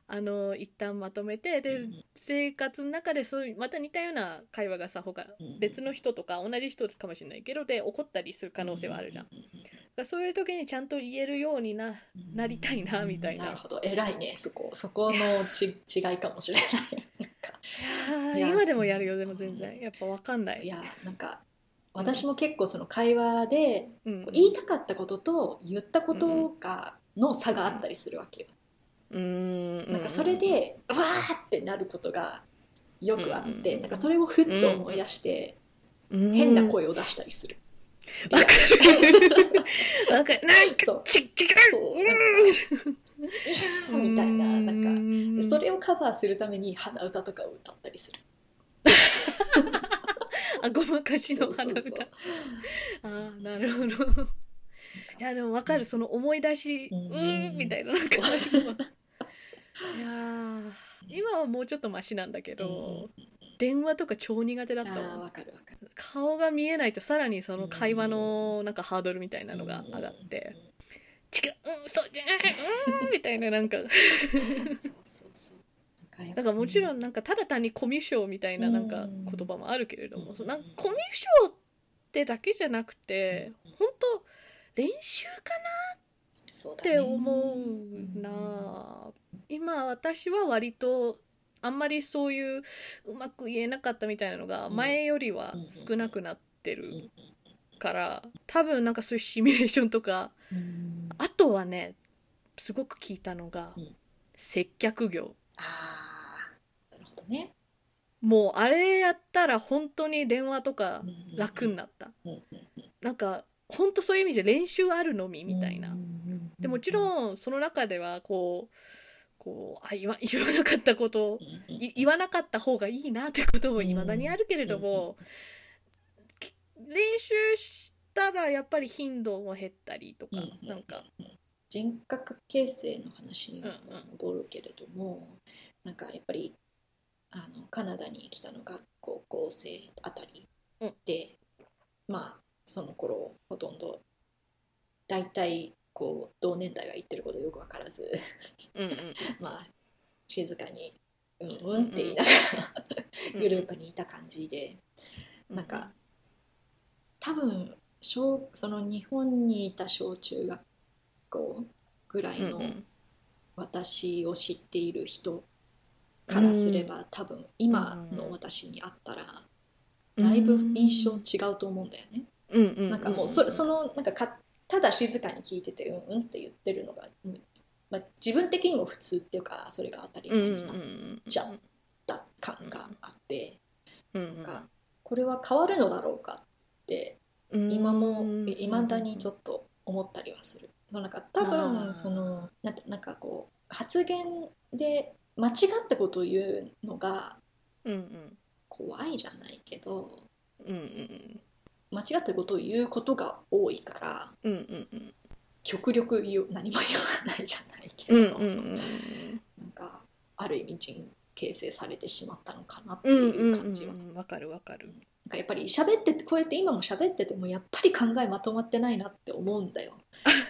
A: あの一旦まとめて
B: る。
A: で生活の中でそういうまた似たような会話がさ他
B: うん
A: 別の人とか同じ人かもしれないけどで起こったりする可能性はあるじゃん。。からそういう時にちゃんと言えるようにななりたいなみたいな
B: なるほど偉いねそこそこのち違いかもしれないなんか
A: いや
B: いや
A: ー今でもやるよでも全然やっぱ分かんない
B: いやなんか私も結構その会話で
A: うん、
B: 言いたかったことと言ったことがの差があったりするわけよ、
A: うーん
B: なんかそれでわーってなることがよくあっ
A: うんうんう
B: て
A: ん
B: なんかそれをふっと思い出して変
A: 変
B: な声を出したりする、
A: わかる [LAUGHS] わかるなん
B: そ
A: か
B: う
A: ち違
B: そ
A: う
B: うう
A: うん
B: んみたいななんか
A: ん
B: でそれをカバーするために鼻歌とかを歌ったりする
A: あごまかしの
B: そう
A: 鼻
B: そ
A: 歌
B: うそう
A: あーなるほどいやでもわかるその思い出しう
B: うん
A: ーんみたいななんか
B: そう
A: いやー今はもうちょっとマシなんだけど、電話とか超苦手だ
B: あ
A: ったも
B: ー
A: ん
B: わかるわかる
A: 顔が見えないとさらにその会話のなんかハードルみたいなのが上がって「違ううんそうじゃないうん」みたいななんか
B: そうそうそうなんやっ
A: な
B: ぱ
A: んかもちろんなんかただ単にコミュ障みたいななんか
B: うん
A: 言葉もあるけれども、
B: うん
A: なんかコミュ障ってだけじゃなくて
B: うん
A: 本当練習かな
B: そうだ
A: っ
B: ね
A: て思うなあ今私は割とあんまりそういううまく言えなかったみたいなのが
B: うん
A: 前よりは少なくなってるから多分なんかそういうシミュレーションとか
B: うん
A: あとはねすごく聞いたのが
B: うん
A: 接客業
B: あーなるほどね
A: もうあれやったら本当に電話とか楽になった
B: うんうん
A: なんか本当そういう意味じゃ練習あるのみみたいな
B: うんうんうん
A: でもち
B: うん
A: ろんその中ではこうこうあ言わ言わなかったこと
B: うん
A: い言わなかった方がいいなってこともいまだにあるけれども、き練習したらやっぱり頻度も減ったりとか、
B: うん
A: なんか
B: 人格形成の話に
A: うん
B: 戻るけれども、なんかやっぱりあのカナダに来たのが高校生あたり
A: うん
B: で、まあその頃ほとんど大体こう同年代が言ってることよく分からず [LAUGHS]
A: うんうん
B: まあ静かに「うんうん」って言いながら、グループにいた感じで。なんか多分小その日本にいた小中学校ぐらい
A: うんう
B: の
A: ん
B: 私を知っている人からすれば、多分今
A: うんうん
B: の私に会ったらだいぶ印象違うと思うんだよね。
A: うんうん
B: なんかもうそそのなんかかただ静かに聞いててうんうんって言ってるのが、うんまあ、自分的にも普通っていうかそれが当たり
A: うん
B: 前
A: うんう
B: になっ
A: ん
B: ちゃった感があって、
A: うん
B: なんかこれは変わるのだろうかって
A: うん
B: 今も
A: うん
B: いまだにちょっと思ったりはする。なんか多
A: あー
B: 分そのなんてなんかこう発言で間違ったことを言うのが
A: うんうん
B: 怖いじゃないけど
A: うんうん
B: 間違ったことを言うことが多いから
A: うんうんうん
B: 極力言う何も言わないじゃないけ
A: うんう
B: ど、
A: んうん
B: なんかある意味人形成されてしまったのかなって
A: うんう
B: い
A: ん
B: う感じは。
A: うんうんわかるわかる
B: なんかやっぱり喋っててこうやって今も喋っててもやっぱり考えまとまってないなって思うんだよ。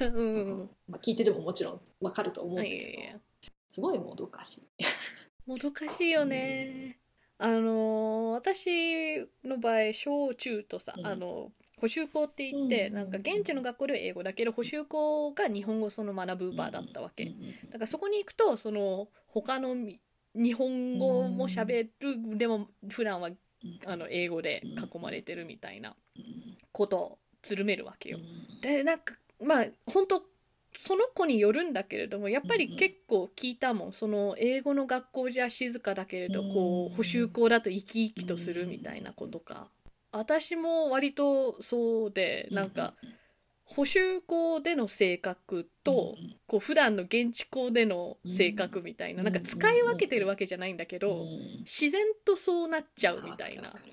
A: うん
B: まあ、聞いててももちろんわかると思うん
A: うん
B: だ
A: い
B: け
A: や
B: ど、
A: いやいや
B: すごいもどかしい。
A: もどかしいよね。あのー私の場合小中とさ、
B: うん
A: あの補習校って言って、
B: うん
A: なんか現地の学校では英語だけど補習校が日本語その学ぶ場だったわけ、だからそこに行くとその他のみ日本語も喋る、でも普段はあの英語で囲まれてるみたいなことをつるめるわけよ。でなんかまあ本当その子によるんだけれどもやっぱり結構聞いたもんその英語の学校じゃ静かだけれど
B: うん
A: こう補習校だと生き生きとするみたいなことか私も割とそうでなんか補習校での性格とこう普段の現地校での性格みたいななんか使い分けてるわけじゃないんだけど自然とそうなっちゃうみたいな
B: あ。わかる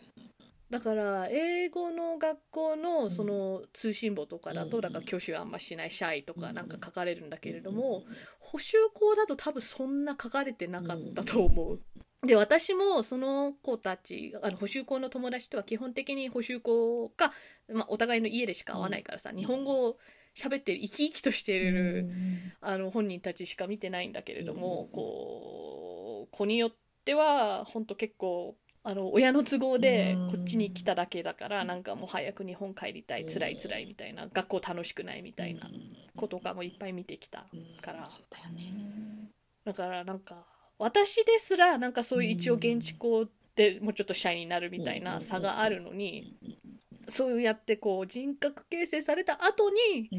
A: だから英語の学校
B: う
A: の
B: ん
A: その通信簿とかだ
B: う
A: と
B: ん
A: だから挙手あんましないシャイとかなんか書かれるんだけれど
B: う
A: も
B: ん
A: 補習校だと多分そんな書かれてなかったと思う。で私もその子たちあの補習校の友達とは基本的に補習校か、まあ、お互いの家でしか会わないからさ、日本語を喋ってる生き生きとしてる、あの本人たちしか見てないんだけれども、
B: うん
A: こう子によっては本当結構あの親の都合で
B: うん
A: こっちに来ただけだから
B: うん
A: なんかもう早く日本帰りたい
B: うん
A: 辛い辛いみたいな学校楽しくないみたいなことがもういっぱい見てきたから
B: そうだよね
A: だからなんか私ですらなんかそういう一応現地校でもうちょっとシャイになるみたいな差があるのにそうやってこう人格形成された後に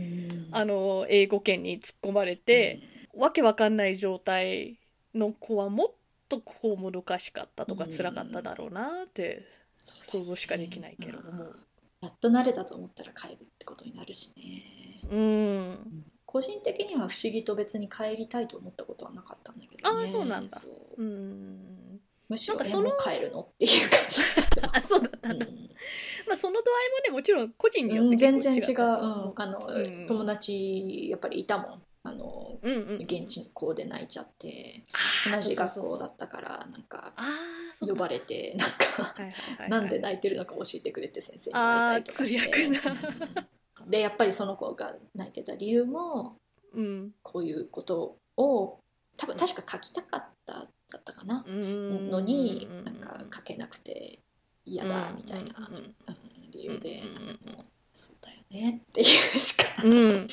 A: あの英語圏に突っ込まれてわけわかんない状態の子はもっとこうもどかしかったとか
B: うん
A: 辛かっただろうなって想像しかできないけれども
B: うんやっと慣れたと思ったら帰るってことになるしね
A: うん
B: 個人的には不思議と別に帰りたいと思ったことはなかったんだけど、ね、
A: あーそうなんだ
B: そう
A: うん
B: むしろ
A: なんか
B: え
A: その
B: もう帰るのっていう感じ
A: あそうだったんだ、まあその度合いもねもちろん個人によ
B: う
A: っ
B: ん
A: て
B: 全然違う、
A: 結
B: う
A: 構
B: ん、あの、
A: うん
B: 友達やっぱりいたもんあの
A: うんうんうん
B: 現地の校で泣いちゃって
A: あ
B: 同
A: ー
B: じ学
A: そうそう
B: 校
A: そう
B: だったからなんか
A: あーそう
B: 呼
A: なんだ
B: ばれてなんか
A: はいはいはいはい
B: なんで泣いてるのか教えてくれって先生に言われたりとかして
A: あー通訳
B: うんでやっぱりその子が泣いてた理由も
A: うん
B: こういうことを多分確か書きたかっただったかな、
A: うん
B: のに
A: うん
B: なんか書けなくて嫌だみたいな、
A: うんうん
B: うん理由で、
A: うん
B: なんかもうそうだよねっていうしか、
A: うん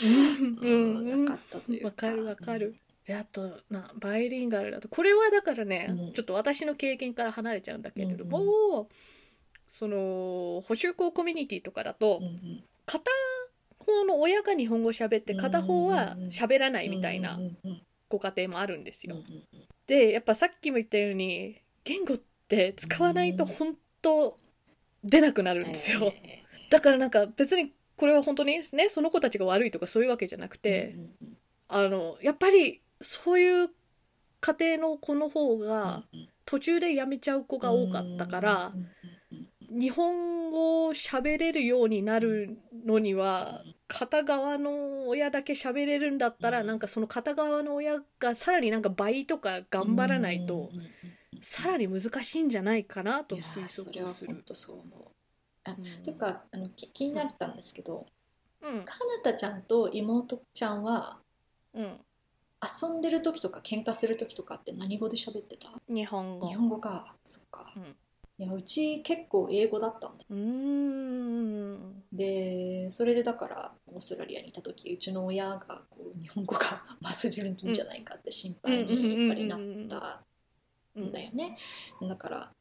B: うんなかったという
A: わかるわかる。であとなバイリンガルだとこれはだからね、
B: うん
A: ちょっと私の経験から離れちゃうんだけれども、その補修校コミュニティとかだと、
B: うんうん
A: 片方の親が日本語喋って
B: うん
A: 片方は喋らないみたいな
B: うんうん
A: ご家庭もあるんです
B: うん
A: よ。
B: うん
A: でやっぱさっきも言ったように言語って使わないと本当出なくなるんですよ。
B: え
A: だからなんか別にこれは本当にですねその子たちが悪いとかそういうわけじゃなく
B: ー
A: て。
B: うんうんうん
A: あのやっぱりそういう家庭の子の方が
B: うんうん
A: 途中で辞めちゃう子が多かったから
B: うんうんうん
A: 日本語を喋れるようになるのには片側の親だけ喋れるんだったら
B: うん
A: なんかその片側の親がさらになんか倍とか頑張らないと
B: うんうんうんうん
A: さらに難しいんじゃないかなと
B: いや
A: 推
B: ーそれ
A: 測
B: は
A: する
B: 本。当そう思
A: うん
B: う。ていうかあのき気になったんですけど、
A: うん
B: かなたちゃんと妹ちゃんは
A: うん
B: 遊んでる時とか喧嘩する時とかって何語で喋ってた
A: 日本語
B: 日。本語かそっか、
A: うん
B: いやうち結構英語だったんだ
A: うーん
B: でそれでだからオーストラリアにいた時うちの親がこう日本語が [LAUGHS] 混ぜれるんじゃないかって心配にやっぱりなったんだよねだから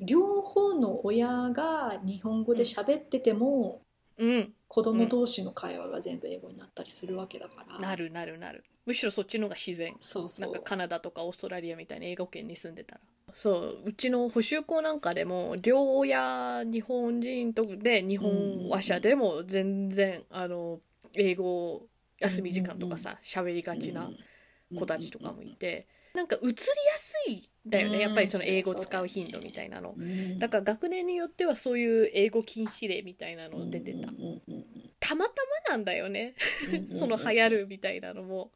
B: 両方の親が日本語で喋ってても、
A: うん
B: 子供同士の会話が全部英語になったりするわけだから、
A: なるなるなるむしろそっちの方が自然
B: そうそ
A: なん
B: う
A: かカナダとかオーストラリアみたいな英語圏に住んでたらそううちの補修校なんかでも両親日本人とで日本話者でも全然あの英語休み時間とかさ喋りがちな子たちとかもいてなんか移りやすいんだよ
B: う
A: ね
B: ん
A: やっぱりその英語使う頻度みたいなの。
B: うん
A: だから学年によってはそういう英語禁止令みたいなの出てた
B: うんうんうんうん
A: たまたまなんだよね
B: うん
A: その流行るみたいなのも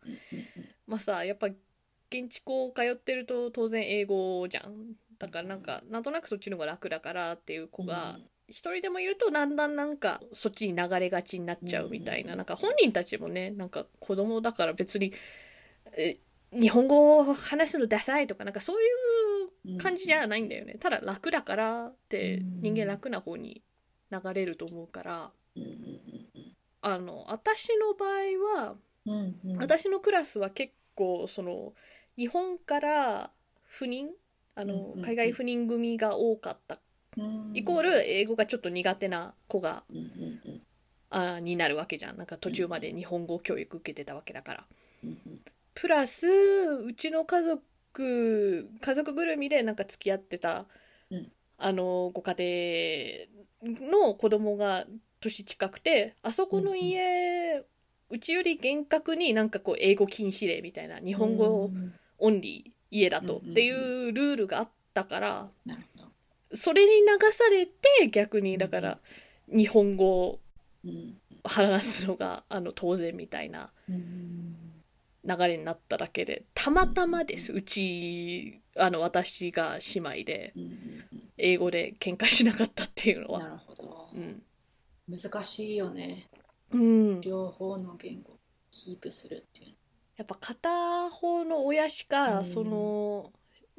A: まあさやっぱ現地校通ってると当然英語じゃんだからなんかなんとなくそっちの方が楽だからっていう子が一人でもいるとだんだんなんかそっちに流れがちになっちゃうみたいななんか本人たちもねなんか子供だから別にえ日本語を話すのダサいとかなんかそういう感じじゃないんだよねただ楽だからって人間楽な方に流れると思うから
B: うんうん
A: あの私の場合は
B: うんうんうんうん
A: 私のクラスは結構その日本から赴任あの、
B: うんうんうん
A: 海外赴任組が多かった
B: うん
A: イコール英語がちょっと苦手な子が
B: うんうんうん
A: あになるわけじゃんなんか途中まで日本語教育受けてたわけだから。
B: うん
A: プラスうちの家族家族ぐるみでなんか付き合ってた、
B: うん
A: あのご家庭の子供が年近くてあそこの家、うちより厳格になんかこう英語禁止令みたいな日本語
B: うん
A: オンリー家だと、
B: うんうんうん
A: っていうルールがあったから
B: なるほど
A: それに流されて逆にだから日本語を
B: うん
A: 話すのがあの当然みたいな
B: うん
A: 流れになっただけでたまたまですうちあの私が姉妹で
B: うんうん
A: 英語で喧嘩しなかったっていうの
B: うんな
A: は
B: るほど
A: うん、
B: 難しいよね
A: うん、や
B: 両方の言語をキープするっていう
A: っぱ片方の親しか、
B: うん
A: その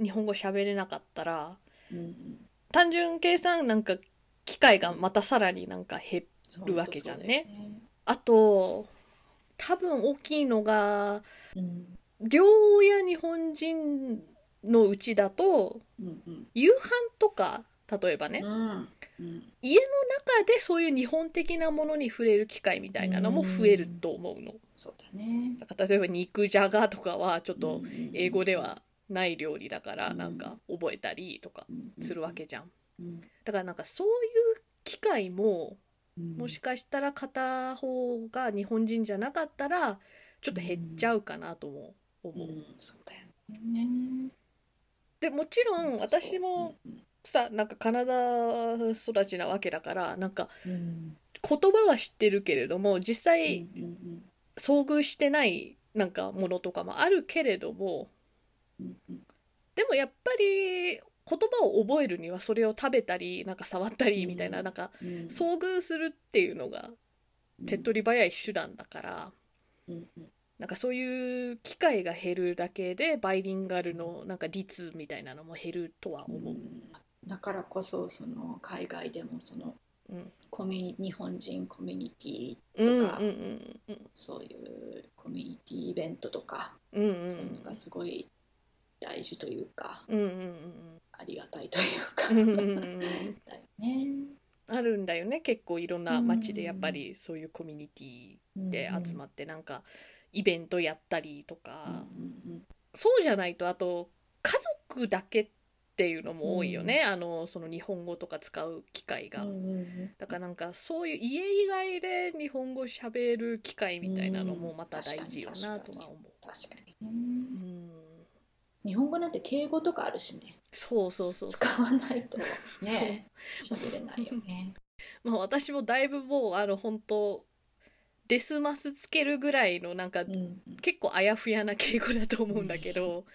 A: 日本語喋れなかったら
B: うん
A: 単純計算なんか機械がまたさらになんか減っ
B: そう
A: るわけじゃんね。
B: 本当そうだよ
A: あと多分大きいのが
B: うん
A: 両親日本人のうちだと
B: うんうん
A: 夕飯とか例えばね、
B: うんうん
A: 中でそういう日本的なものに触れる機会みたいなのも増えると思うの。
B: そうだね。
A: なんか例えば肉じゃがとかはちょっと英語で
B: は
A: はない料理だから
B: うん
A: なんか覚えたりとかするわけじゃん。
B: うん。
A: だからなんかそういう機会も
B: うん
A: もしかしたら片方が日本人じゃなかったらちょっと減っちゃうかなとも
B: う
A: 思う。
B: ん、そうだよね。
A: でもちろん
B: そう
A: 私も、さなんかカナダ育ちなわけだからなんか
B: うんうん
A: 言葉は知ってるけれども実
B: うん
A: 際
B: うん
A: 遭遇してないなんかものとかもあるけれども
B: うんうん
A: でもやっぱり言葉を覚えるにはそれを食べたりなんか触ったりみたいな,、
B: うん
A: なんか
B: うん
A: 遭遇するっていうのが手っ取り早い手段だから、
B: うんうん
A: なんかそういう機会が減るだけでバイリンガルのなんか率みたいなのも減るとは
B: う
A: 思う。
B: んだからこそその海外でもその
A: うん
B: コミュニ日本人コミュニティ
A: うんうん
B: か
A: うんうん
B: そういうコミュニティイベントとか、
A: うんうん
B: そういうのがすごい大事というか
A: うんうん
B: ありがたいというか、
A: うんうんうんうんうん
B: だよね。
A: あるんだよね結構いろんな街でやっぱりそういうコミュニティで集ま
B: っ
A: ってなんかイベントやったりと
B: うん
A: か、
B: うんうん
A: そうじゃないとあと家族だけっていうのも多いよね、あのその日本語とか使う機会が、
B: うんうんうん
A: だからなんかそういう家以外で日本語喋る機会みたいなのもまた大事よなとは思う、
B: 確かにね
A: うん
B: 日本語なんて敬語とかあるしね
A: そうそうそう [LAUGHS] そう
B: 使わないとね喋れないよ
A: [LAUGHS]
B: ね。
A: まあ私もだいぶもうあの本当デスマスつけるぐらいのなんか
B: うん、
A: 結構あやふやな敬語だと思うんだけど、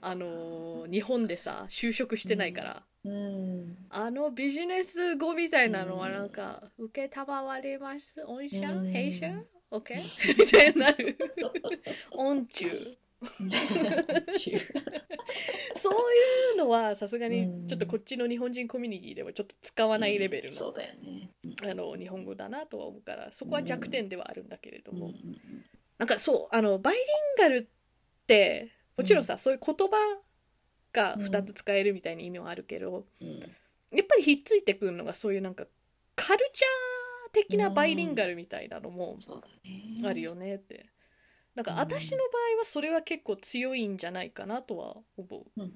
A: あのー日本でさ就職してないから、
B: うん、
A: あのビジネス語みたいなのはなんか「受けたまわれます」「御社
B: うん
A: 弊社 ?OK」み [LAUGHS] たいになる「御中」そういうのはさすが
B: うん
A: にちょっとこっちの日本人コミュニティではちょっと使わないレベル
B: そ
A: の,、
B: うだよね。
A: あの日本語だなとは思うからそこは弱点ではあるんだけれど
B: うん
A: も、
B: うん
A: なんかそうあのバイリンガルってもちろんさ、そういう言葉が2つ使えるみたいな意味はあるけど、
B: うん
A: やっぱりひっついてくるのがそういうなんかカルチャー的なバイリンガルみたいなのも
B: そうだね。
A: ある。よねって、なんか
B: うん
A: 私の場合はそれは結構強いんじゃないかなとは思
B: うんうん
A: う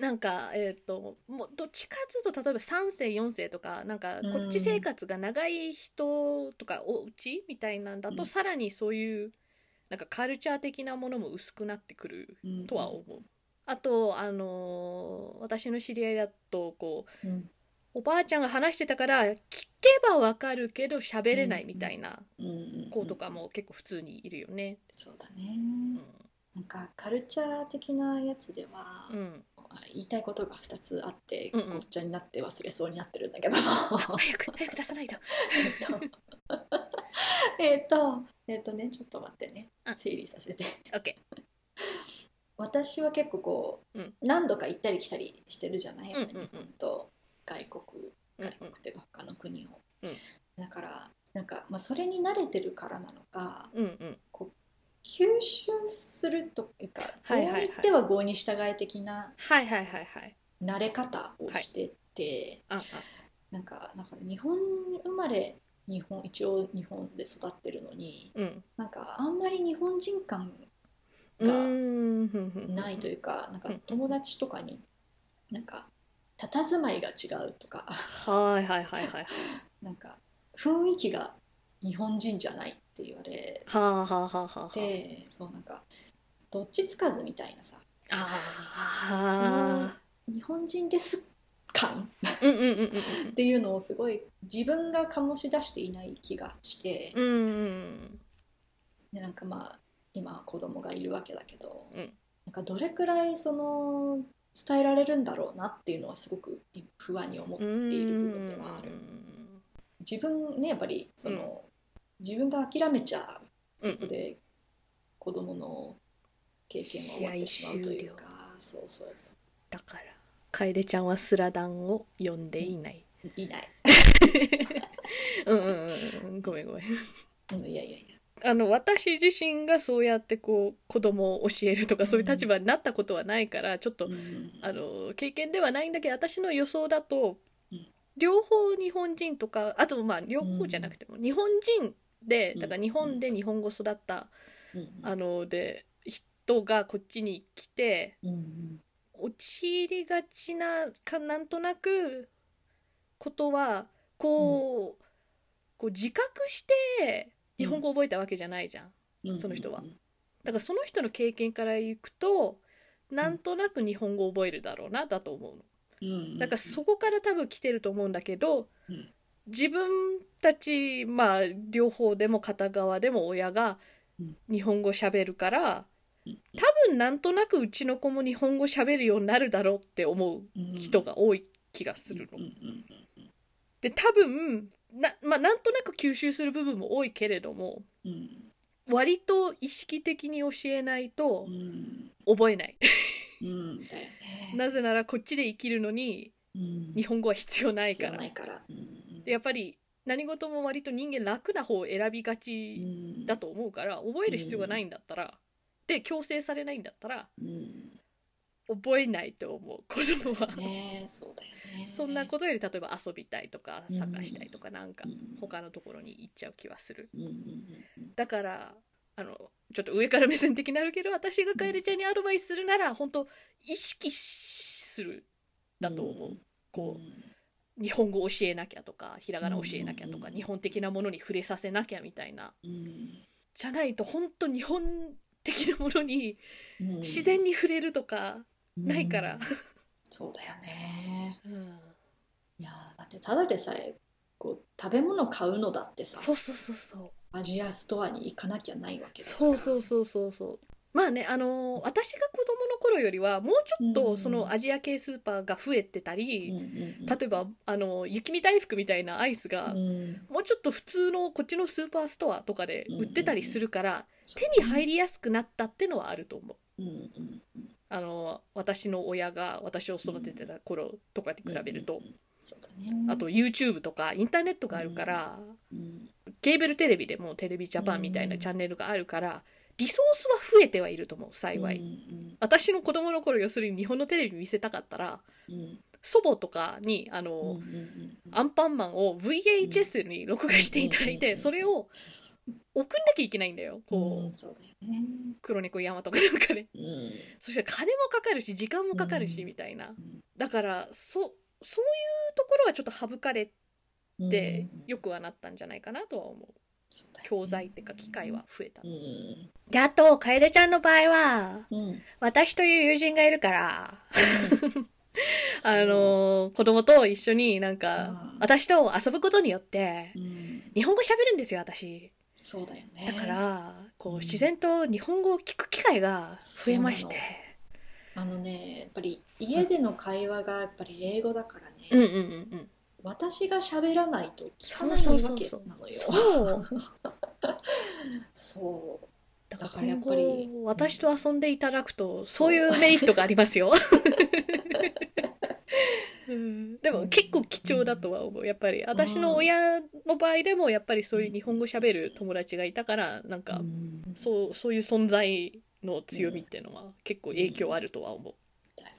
A: なんかえっ、ともうどっちかっていうと例えば3世4世とかなんかこっち生活が長い人とかお家みたいなんだ
B: う
A: と
B: ん
A: さらにそういうなんかカルチャー的なものも薄くなってくる
B: うん
A: とは思う。あとあのー私の知り合いだとこう
B: うん
A: おばあちゃんが話してたから聞けばわかるけど喋れないみたいな
B: うんうんうん
A: 子とかも結構普通にいるよね。
B: そうだね。なんかカルチャー的なやつでは、
A: うん、うん、
B: 言いたいことが二つあって、
A: うんうん
B: ごっちゃになって忘れそうになってるんだ
A: [LAUGHS]
B: けど。
A: 早く早く出さないと。
B: えっと、えっとね、ちょっと待ってね
A: う。ん
B: 整理させて。
A: オッケ
B: 私は結構こう、
A: うん
B: 何度か行ったり来たりしてるじゃな
A: う
B: い、
A: んうんうん
B: 日本と外国
A: ー。うん
B: 外国っていうか他の国を、
A: うん
B: だからなんか、まあ、それに慣れてるからなのか
A: うんうん
B: 吸収するというか合
A: はいはいは
B: に
A: い
B: 行っては合に従い的な
A: はいはいはいはい。
B: 慣れ方をしてて、
A: ああ
B: なんかだから日本生まれ日本一応日本で育ってるのに
A: うん。
B: なんかあんまり日本人感
A: う
B: が
A: ーんふんふんふん
B: ないというか、な
A: う
B: んか
A: ん
B: 友達とかになんか佇まいが違うとか [LAUGHS]
A: はいはいはいはい。
B: なんか雰囲気が日本人じゃないって言われ
A: はあはあはあはあはあ。
B: てそうなんかどっちつかずみたいなさ
A: あ
B: 日本人です感
A: あ。うんうんうんうん
B: っていうのをすごい自分が醸し出していない気がして
A: うん。うんうん
B: でなんかまあ今子供がいるわけだけど、
A: うん
B: なんかどれくらいその伝えられるんだろうなっていうのはすごく不安に思っ
A: う
B: て
A: ん。
B: いる部分ではある。自分ねやっぱりその、自分が諦めちゃうそこで子供の経験は終わってしまうというか、そうそうそう
A: だから楓ちゃんはスラダンを読んでいない。
B: いない。
A: うんうんうんうんごめんごめん。
B: うん、いやいやいや。
A: あの私自身がそうやってこう子供を教えるとかそういう立場になったことはないから、ちょっと
B: うん
A: あの経験ではないんだけど私の予想だと、
B: うん
A: 両方日本人とかあとまあ両方じゃなくても、日本人でだから日本で日本語育った、
B: うん
A: あので人がこっちに来て
B: うん
A: 陥りがちなかなんとなくことはこう,、こう自覚して日本語を覚えたわけじゃないじゃん。
B: うん
A: その人は。だからその人の経験からいくとなんとなく日本語を覚えるだろうなだと思うの。
B: うん。
A: だからそこから多分来てると思うんだけど、
B: うん
A: 自分たちまあ両方でも片側でも親が
B: うん
A: 日本語喋るから
B: うん
A: 多分なんとなくうちの子も日本語喋るようになるだろうって思う人
B: が
A: が多い気がするの。
B: うんうん
A: で多分な,、まあ、なんとなく吸収する部分も多いけれども
B: うん
A: 割と意識的に教えないと
B: うん
A: 覚えない。 [LAUGHS]
B: うんだよね。
A: なぜならこっちで生きるのに
B: うん
A: 日本語は必要ないか
B: 必要
A: ら
B: な。いから。うん
A: でやっぱり何事も割と人間楽な方を選びが
B: う
A: ち
B: ん
A: だと思うから覚える必要がないんだったらで強制されないんだったら
B: うん
A: 覚えないと思う子供は
B: ねえそうだよね。
A: そんなことより例えば遊びたいとか
B: うん
A: サッカーしたいとかなんか
B: うん
A: 他のところに行っちゃう気はする
B: うんうんうんうん
A: だからあのちょっと上から目線的になるけど私が楓ちゃんにアドバイスするなら本当意識しするだと思う、
B: うん
A: こう日本語教えなきゃとかひらがな教えなきゃと
B: うんうんう
A: か
B: ん
A: 日本的なものに触れさせなきゃみたいな
B: うん
A: じゃないと本当日本的なものに
B: うん
A: 自然に触れるとかないから
B: うん、そうだよね。
A: うん
B: いやーだってただでさえこう食べ物買うのだってさ
A: そうそうそうそう
B: アジアストアに行かなきゃないわけだから
A: そうそうそうそうそうまあねあのー私が子供の頃よりはもうちょっ
B: う
A: と
B: ん
A: そのアジア系スーパーが増えてた
B: うん
A: り、
B: うん
A: 例えばあの雪見大福みたいなアイスが、
B: うん
A: もうちょっと普通のこっちのスーパーストアとかで売ってたりするから、
B: そう
A: 手に入りやすくなったってのはあると思う。
B: うんうん
A: あの私の親が私を育ててた頃とかに比べると、
B: そうだね
A: あと YouTube とかインターネットがあるから、
B: うん
A: ケーブルテレビでもテレビジャパンみたいな
B: うん
A: チャンネルがあるからリソースは増えてはいると思う幸い、
B: うん
A: 私の子供の頃要するに日本のテレビ見せたかったら
B: うんうん
A: 祖母とかにあの、
B: うんうんうん
A: アンパンマンを VHS に録画していただいて、
B: うん
A: それを送んなきゃいけないんだよこう、
B: うんそうだよね
A: 黒猫山とかなんかね
B: うんうん
A: そして金もかかるし時間もかかるし、
B: うん
A: みたいな
B: うん
A: だからそそういうところはちょっと省かれてよくはなったんじゃないかなとは思う
B: そうだよね
A: 教材っていうか機会は増えた
B: う。ん
A: であと楓ちゃんの場合は
B: うんうん
A: 私という友人がいるからあのー子供と一緒になんか
B: うん
A: 私と遊ぶことによって
B: うん
A: 日本語喋るんですよ私
B: そうだよね
A: だからこ
B: う
A: うん自然と日本語を聞く機会が増えまして
B: あのねやっぱり家での会話がやっぱり英語だからね
A: うんうんうんうん
B: 私が喋らないと聞かないわけなのよ。
A: そう
B: そう。
A: だから
B: だからやっぱり
A: 今後私と遊んでいただくと
B: そ
A: そうういうメリットがあります [LAUGHS] よ。うんでも結構貴重だとは思うやっぱり私の親の場合でもやっぱりそういう日本語喋る友達がいたからなんか
B: うん
A: そうそういう存在の強みっていうのは結構影響あるとは思う。
B: だよ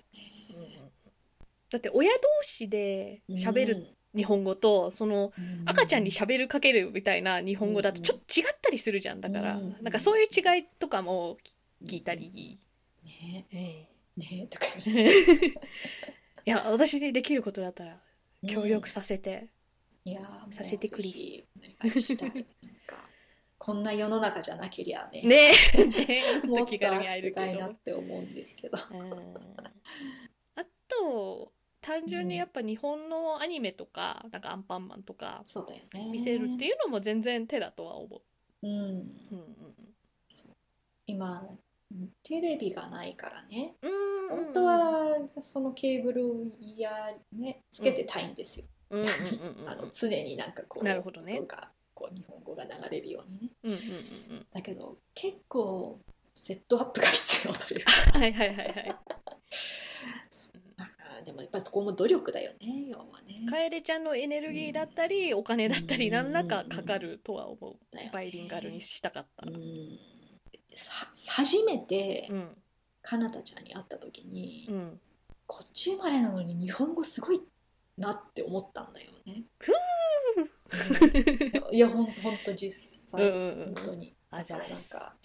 B: ね。
A: だって親同士で喋る日本語とその
B: うん
A: 赤ちゃんに喋るかけるみたいな日本語だとちょっと違ったりするじゃんだから
B: うん
A: なんかそういう違いとかも聞いたり、
B: ね
A: え
B: ねとか
A: えいや私にできることだったら [LAUGHS] 協力させて、
B: いやーもう
A: させてくれ
B: ぜひお願いしたい
A: [LAUGHS]
B: なんかこんな世の中じゃなけりゃね。
A: ね
B: [LAUGHS]
A: えねえ [LAUGHS]
B: もっと
A: 気
B: 気
A: 軽に
B: 軽に
A: 会
B: 会
A: え
B: え
A: る
B: る
A: け
B: たい
A: ど
B: なって思うんですけど。
A: うんあと単純にやっぱ日本のアニメとかなんかアンパンマンとか
B: そうだよね。
A: 見せるって
B: い
A: いうのも全然手だとは思
B: う。ん。
A: う。うんうん
B: 今テレビがないからね。
A: うんうんうん
B: 本当はそのケーブルをいやねつけてたいんですよ。
A: うんうんうんうん
B: [LAUGHS] あの常になんかこう
A: なるほどね
B: とかこう日本語が流れるようにね
A: うんうんうんうん
B: だけど結構セットアップが必要というか
A: はいはいはいはい。
B: あーでもやっぱそこも努力だよね要はね。
A: 楓ちゃんのエネルギーだったり、お金だったり
B: うん
A: 何らかかかるとは思う、
B: だよね
A: バイリンガルにしたかった、
B: うんさ初めて
A: うん
B: かなたちゃんに会った時に、
A: うん、
B: こっち生まれなのに日本語すごいなって思ったんだよね。うんいやほんほんと実際、
A: うんうんうん
B: 本当に
A: あ
B: だ
A: じゃ
B: か
A: あ
B: らなんか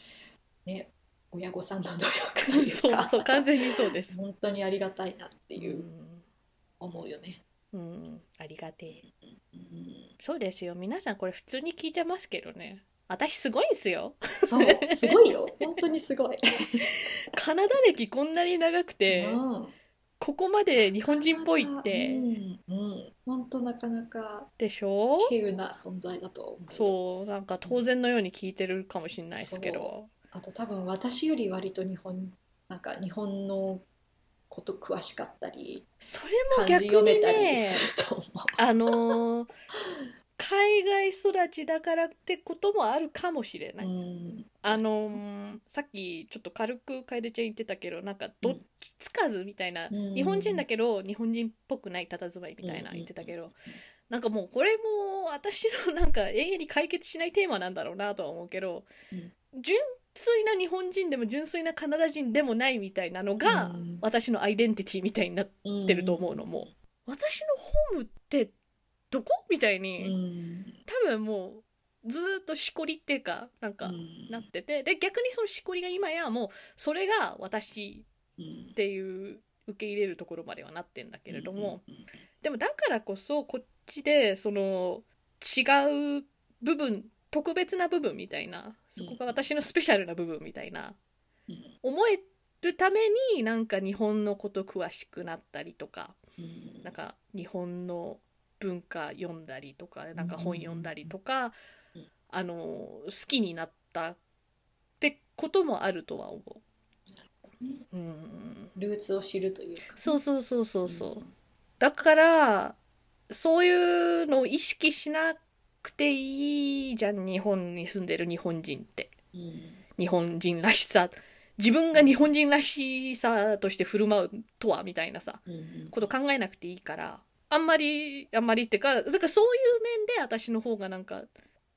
B: ね親御さんの努力という
A: そう
B: か
A: そう完全にそうです。
B: 本当にありがたいなっていうう思うよね。
A: ん、うん、ありがてえ。
B: うん
A: そうですよ皆さんこれ普通に聞いてますけどね。私すごいんすよ。 [LAUGHS]
B: そうすごいよ本当にすごい。
A: カナダ歴こんなに長くて、
B: うん
A: ここまで日本人っぽいって、
B: うん、うん、本当なかなか
A: でしょ
B: 稀有な存在だと思う
A: そうなんか当然のように聞いてるかもしれないですけど
B: そあと多分私より割と日本なんか日本のこと詳しかったり
A: それも
B: 漢
A: 逆
B: 字読め
A: に
B: た
A: ね
B: りすると思う、
A: あのー海外育ちだからってこともあるかもしれない。
B: うん
A: あのーさっきちょっと軽く楓ちゃん言ってたけどなんかどっちつかずみたいな、
B: うん
A: 日本人だけど日本人っぽくない佇まいみたいな
B: うん
A: 言ってたけど、なんかもうこれも私のなんか永遠に解決しないテーマなんだろうなとは思うけど、
B: うん
A: 純粋な日本人でも純粋なカナダ人でもないみたいなのが、
B: うん
A: 私のアイデンティティみたいになっ
B: うん
A: てると思うのも、私のホームってどこみたいに、
B: うん
A: 多分もうずーっとしこりっていうかなんか。
B: うん
A: なっててで逆にそのしこりが今やもうそれが私
B: うん
A: っていう受け入れるところまではなってんだけれども、
B: うん
A: でもだからこそこっちでその違う部分特別な部分みたいなそこが私のスペシャルな部分みたいな
B: うん
A: 思えるためになんか日本のこと詳しくなったりとか
B: うん
A: なんか日本の文化読んだりとかなんか本読んだりとか、
B: うん
A: あの好きになったってこともあるとは思う。うん、
B: ルーツを知るというか
A: そうそうそうそうそう。
B: うん
A: だからそういうのを意識しなくていいじゃん日本に住んでる日本人って
B: うん
A: 日本人らしさ自分が日本人らしさとして振る舞うとはみたいなさ
B: うん
A: こと考えなくていいからあんまりあんまりっていうかだからそういう面で私の方がなんか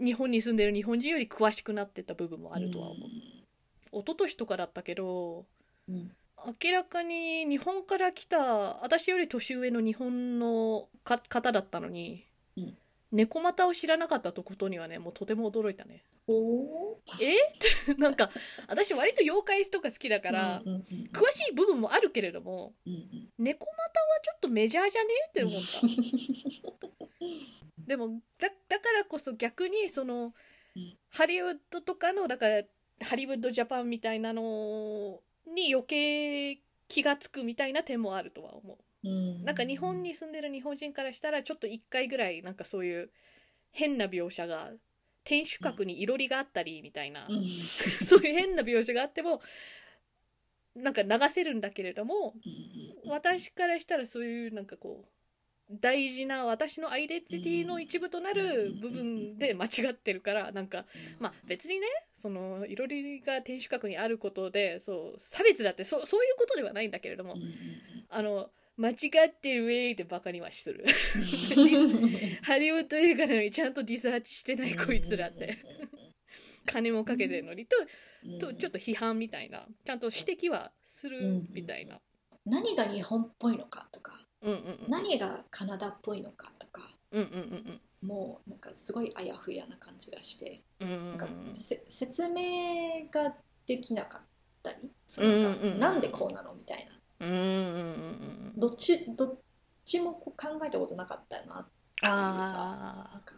A: 日本に住んでる日本人より詳しくなってた部分もあるとは思う、一昨年とかだったけど
B: うんうん
A: 明らかに日本から来た私より年上の日本のか方だったのに、
B: うん
A: 猫股を知らなかったとことにはねもうとても驚いたね
B: おー
A: なんか私割と妖怪とか好きだから、
B: うんうんうん
A: 詳しい部分もあるけれども
B: うんうん
A: 猫股はちょっとメジャーじゃねって思った。でもだだからこそ逆にその、
B: うん
A: ハリウッドとかのだからハリウッドジャパンみたいなのに余計気が付くみたいな点もあるとは思
B: う
A: う。
B: ん
A: なんか日本に住んでる日本人からしたらちょっと一回ぐらいなんかそういう変な描写が天守閣にいろりがあったりみたいな、
B: う
A: [LAUGHS]
B: ん
A: そういう変な描写があってもなんか流せるんだけれども私からしたらそういうなんかこう大事な私のアイデンティティの一部となる部分で間違ってるからなんかまあ別にねそのいろりが天守閣にあることでそう差別だってそそういうことではないんだけれども
B: うんうんうん
A: あの間違ってるウェイでバカにはするハリウッド映画なのにちゃんとリサーチしてないこいつらって金もかけてるのにと
B: うんうんうんう
A: と
B: ん
A: ちょっと批判みたいなちゃんと指摘はするみたいな。
B: 何が日本っぽいのかとか
A: うんうんうん
B: 何がカナダっぽいのかとか
A: うんうんうん
B: もうなんかすごいあやふやな感じがして
A: うんうんうん
B: なん
A: う
B: か
A: ん
B: せ説明ができなかったりそのなんか
A: うんうんうん
B: なんでこうなのみたいな
A: うんうんうんうん
B: どっちどっちもこう考えたことなかったよな
A: あ
B: なんか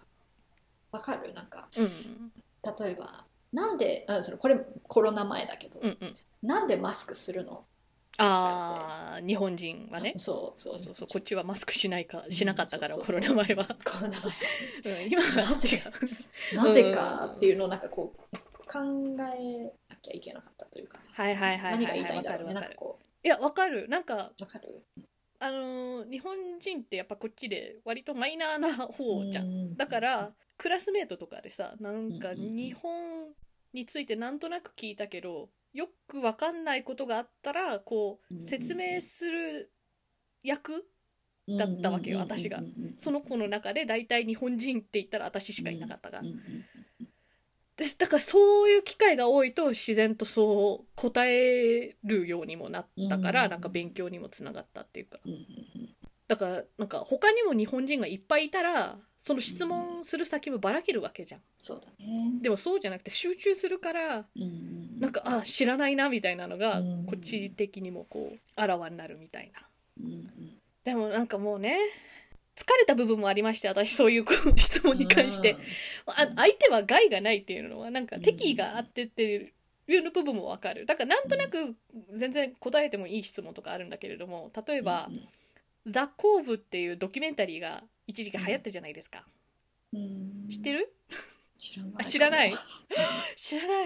B: わかるなんか
A: あうん
B: 例えばなんであそれこれコロナ前だけど、
A: うんうん
B: なんでマスクするの
A: ああ日本人はね
B: そう
A: そ
B: そ
A: ううそうそうこっちはマスクしないかしなかったから
B: うん
A: コ
B: そうそ
A: ロ
B: う
A: ナ前は
B: コロナ前
A: うん今は
B: なぜ
A: 違う
B: なぜかっていうのをなんかこう考えなきゃいけなかったというか、
A: はいはいはい
B: 何
A: は
B: が言
A: い
B: い
A: はいわ
B: たいんだ
A: かる
B: ろうね
A: わ
B: なん
A: か
B: か
A: る
B: こ
A: いやわかるなんか
B: うわかる
A: あのー日本人ってやっぱこっちで割とマイナーな方じゃん
B: ん
A: だからクラスメートとかでさなんか
B: うんうんうん
A: 日本についてなんとなく聞いたけどよくわかんないことがあったらこ
B: うんうん
A: う
B: うん
A: 説明する役だったわけよ
B: うんうんうんうん
A: 私が
B: うんうんうん
A: その子の中で大体日本人って言ったら私しかいなかったから、
B: うんうん
A: でだからそういう機会が多いと自然とそう答えるようにもなったから、
B: うん
A: なんか勉強にもつながったっていうか
B: うんうん
A: だからなんか他にも日本人がいっぱいいたらその質問する先もばらけるわけじゃん
B: そうだね
A: でもそうじゃなくて集中するから
B: うんうん
A: なんかあ知らないなみたいなのが
B: うん
A: こっち的にもこうあらわになるみたいな
B: うんうん
A: でもなんかもうね疲れた部分もありまして私そういうこう質問に関してあ
B: うん
A: 相手は害がないっていうのはなんか敵意があってっていう。の部分もわかるだからなんとなく全然答えてもいい質問とかあるんだけれども例えば
B: う
A: 「
B: ん
A: ザ・コーブ」っていうドキュメンタリーが一時期流行ったじゃないですか
B: うん
A: 知ってる
B: 知らない
A: あ知らない
B: か
A: [LAUGHS] 知らないあ
B: も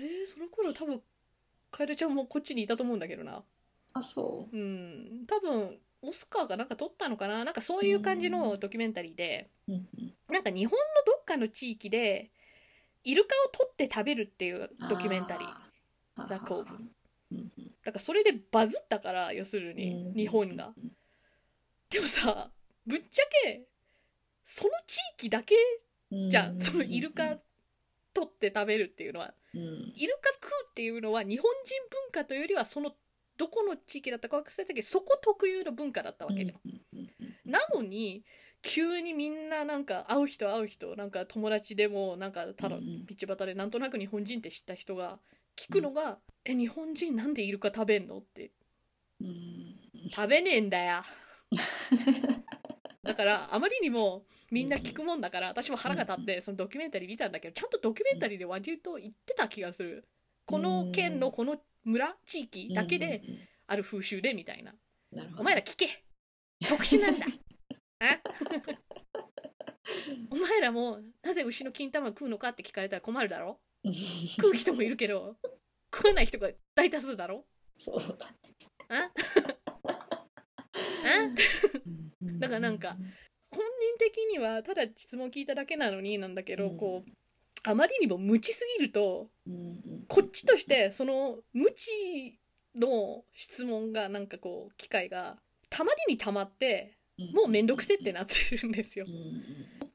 A: れその頃多分楓ちゃんもこっちにいたと思うんだけどな
B: あそう
A: うん多分オスカーがなんか撮ったのかななんかそういう感じのドキュメンタリーで、
B: うんうん
A: なんか日本のどっかの地域でイルカを取って食べるっていうドキュメンタリー
B: あー
A: ザコーブ
B: うんうん
A: だからそれでバズったから要するに
B: うん
A: 日本がでもさぶっちゃけその地域だけじゃんそのイルカ取って食べるっていうのは
B: うん
A: イルカ食うっていうのは日本人文化というよりはそのどこの地域だったか忘れたけどそこ特有の文化だったわけじゃん
B: うんうん
A: なのに急にみんななんか会う人会う人なんか友達でもなんかただ
B: う
A: 道
B: んうん
A: 端でなんとなく日本人って知った人が聞くのが「え日本人なんでイルカ食べんの?」って
B: うんうん
A: 「食べねえんだよ」だからあまりにもみんな聞くもんだから私も腹が立ってそのドキュメンタリー見たんだけどちゃんとドキュメンタリーで割と言ってた気がするこの県のこの村地域だけで
B: うんうんうん
A: ある風習でみたいな
B: なるほど
A: お前ら聞け特殊なん
B: [LAUGHS]
A: だえお前らもなぜ牛の金玉を食うのかって聞かれたら困るだろ
B: うん
A: 食う人もいるけど食わない人が大多数だろ
B: [LAUGHS] そうだね
A: え
B: うん
A: だからなんか本人的にはただ質問聞いただけなのになんだけど、
B: うん
A: こうあまりにも無知すぎると
B: うんうん
A: こっちとしてその無知の質問がなんかこう機会がたまりにたまってもうめんどくせってなってるんですよ
B: うんうん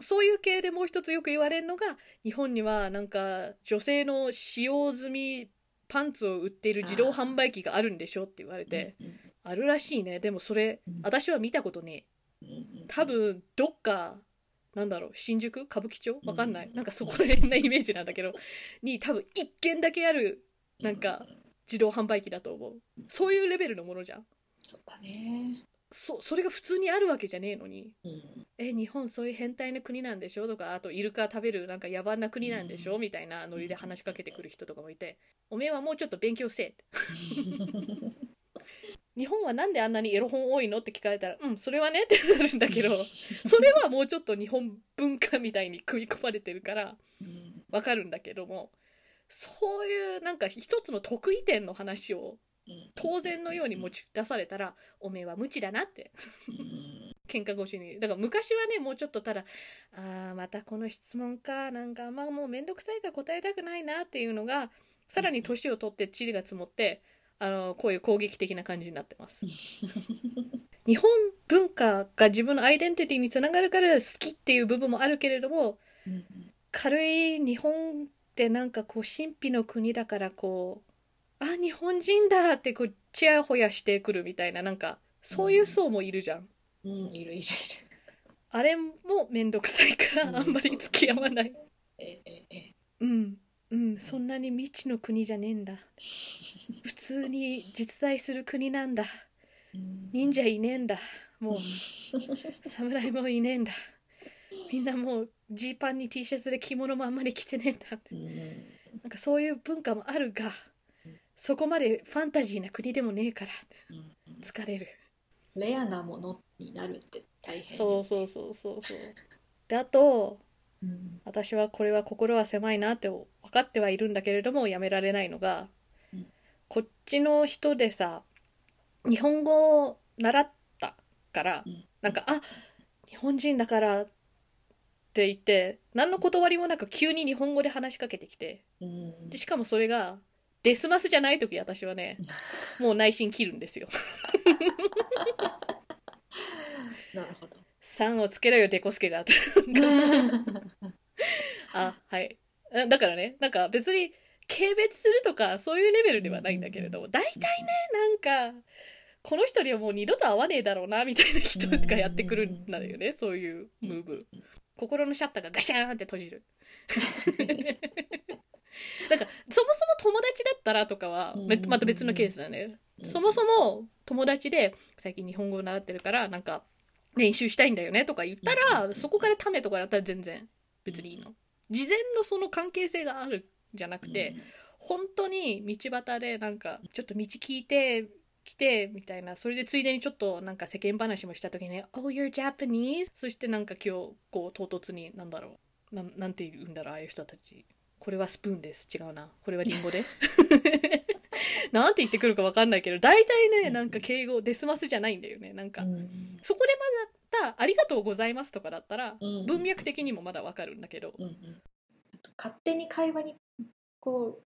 A: そういう系でもう一つよく言われるのが日本にはなんか女性の使用済みパンツを売っている自動販売機があるんでしょって言われて
B: うん
A: あるらしいねでもそれ
B: うん
A: 私は見たことねえ
B: うんうん
A: 多分どっかなんだろう新宿歌舞伎町わかんない、
B: うん
A: なんかそこら辺なイメージなんだけ [LAUGHS] どに多分一軒だけあるなんか自動販売機だと思うそういうレベルのものじゃん
B: そうだね
A: そそれが普通にあるわけじゃねえのに
B: うん
A: え日本そういう変態な国なんでしょとかあとイルカ食べるなんか野蛮な国なんでしょみたいなノリで話しかけてくる人とかもいておめえはもうちょっと勉強せえって日本はなんであんなにエロ本多いのって聞かれたらうんそれはねってなるんだけどそれはもうちょっと日本文化みたいに組み込まれてるから
B: うん
A: わかるんだけどもそういうなんか一つの得意点の話を
B: うん
A: 当然のように持ち出されたらおめえは無知だなって
B: うん
A: 喧嘩越しにだから昔はねもうちょっとただあーまたこの質問かなんかあんまもう面倒くさいから答えたくないなっていうのがさらに年を取って地理が積もってあのこういう攻撃的な感じになってます日本文化が自分のアイデンティティにつながるから好きっていう部分もあるけれども
B: うん
A: 軽い日本ってなんかこう神秘の国だからこうあ日本人だってこうちやほやしてくるみたいななんかそういう層もいるじゃん
B: うんいるいるいる
A: あれもめんどくさいか
B: うん
A: らあんまり付き合わない。
B: えええ
A: うん、うん、そんなに未知の国じゃねえんだ。普通に実在する国なんだ。忍者いねえんだ。もう、侍もいねえんだ。みんなもうジーパンに T シャツで着物もあんまり着てねえんだ。
B: うん
A: なんかそういう文化もあるが、そこまでファンタジーな国でもねえから
B: うん
A: 疲れる。
B: レアなものになるって大変
A: そうそうそうそうそう。で、あと、
B: うん
A: 私はこれは心は狭いなって分かってはいるんだけれどもやめられないのが、
B: うん
A: こっちの人でさ日本語を習ったから、
B: うん
A: なんか「あ日本人だから」って言って何の断りもなく急に日本語で話しかけてきて
B: うん
A: でしかもそれがデスマ [LAUGHS] スじゃない時私はねもう内心切るんですよ。
B: なるほど。 [LAUGHS]
A: 3をつけろよ、デコスケが。あ、はい。あだからね、なんか別に、軽蔑するとか、そういうレベルではないんだけれども、大体ね、なんか、この人にはもう二度と会わねえだろうな、みたいな人がやってくるんだよね、そういうムーブ。心のシャッターがガシャーンって閉じ [LAUGHS] る。なんか、そもそも友達だったらとかは、めまた別のケースだね。 [LAUGHS] そもそも友達で最近日本語を習ってるからなんか練習したいんだよねとか言った
B: うんうんう
A: ら
B: ん
A: そこからためとかだったら全然別にいいの。事前のその関係性があるんじゃなくて本当に道端でなんかちょっと道聞いて来てみたいなそれでついでにちょっとなんか世間話もした時に「Oh you're Japanese」そしてなんか今日こう唐突になんだろうなんなんて言うんだろうああいう人たちこれはスプーンです違うなこれはリンゴですなんて言ってくるかわかんないけど大体ねなんか敬語デスマスじゃないんだよねなんか、
B: うん
A: そこでまだ「ありがとうございます」とかだったら
B: うん
A: 文脈的にもまだわかるんだけど
B: うんうんあと勝手に会話にこう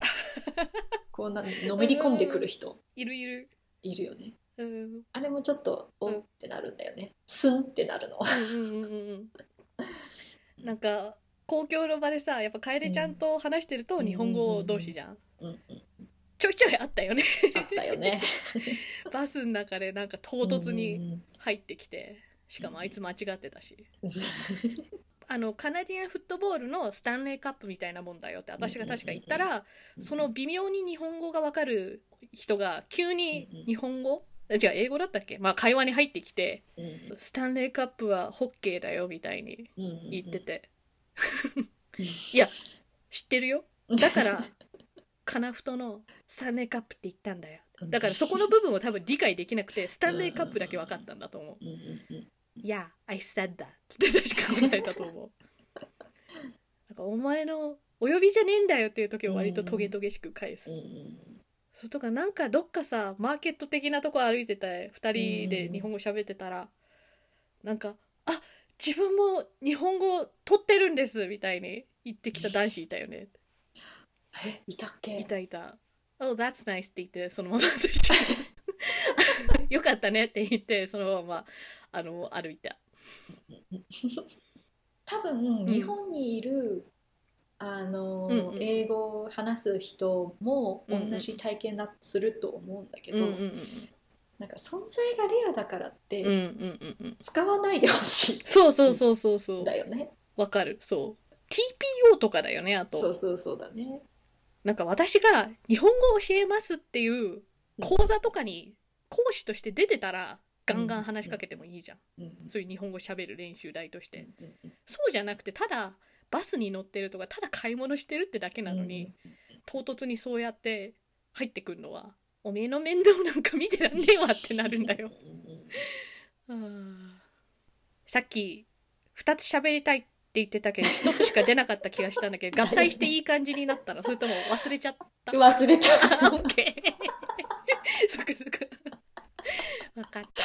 B: こうなのめり込んでくる人
A: いるいる
B: いるよね。
A: うん
B: あれもちょっと
A: う
B: お
A: ん
B: ってなるんだよね。すんってなるの。
A: うんうんうんうんうんなんか公共の場でさやっぱ楓ちゃんと話してると
B: うん
A: 日本語同士じゃん,、
B: うんうん
A: ちょいちょいあったよね [LAUGHS]
B: あったよね。
A: バスの中でなんか唐突
B: う
A: に
B: ん
A: 入ってきてしかもあいつ間違ってたし
B: うん。
A: あのカナディアンフットボールのスタンレーカップみたいなもんだよって私が確か言ったら、その微妙に日本語がわかる人が急に日本語、違う英語だったっけまあ会話に入ってきて
B: うん
A: 「スタンレーカップはホッケーだよ」みたいに
B: うん
A: 言ってて
B: うん
A: いや知ってるよだからカナフトのスタンレーカップって言ったんだよだからそこの部分を多分理解できなくてスタンレーカップだけ分かったんだと思う
B: うんうんうん
A: 「Yeah I said that」って確か答えたと
B: [LAUGHS]
A: 思うなんかお前のお呼びじゃねえんだよっていう時を割とトゲトゲしく返す
B: うんうん
A: それとかなんかどっかさマーケット的なとこ歩いてた2人で日本語喋ってたら、なんか「あ自分も日本語取ってるんです」みたいに言ってきた男子いたよね。
B: えいたっけ
A: いたいた。Oh, that's nice って言ってそのまま
B: [LAUGHS]
A: 私よかったねって言ってそのままあの歩いた。
B: 多分
A: ん
B: 日本にいる、あの、
A: うんうん
B: 英語を話す人も
A: う
B: 同
A: んうん
B: じ体験だすると思うんだけ
A: う
B: ど、
A: んうんうん
B: なんか存在がレアだから
A: う
B: っ
A: んうん
B: て
A: うんうん。
B: 使わないでほし
A: そうそうそうそうそ
B: いん
A: う。
B: だよね、
A: わかる。そう。TPO とかだよねあと。
B: そうそうそうだね
A: なんか私が日本語を教えますっていう講座とかに講師として出てたらガンガン話しかけてもいいじゃん、
B: うんうん
A: そういう日本語喋る練習台として、
B: うんうんうん
A: そうじゃなくてただバスに乗ってるとかただ買い物してるってだけなのに、唐突にそうやって入ってくるのはおめえの面倒なんか見てらんねえわってなるんだよ
B: うんうんうん
A: あーさっき2つ喋りたいって言ってたけど1つしか出なかった気がしたんだけど合体していい感じになったのそれとも忘れちゃった
B: 忘れち
A: [LAUGHS]
B: ゃう
A: あ、オッケー。そっかそっか。わかった。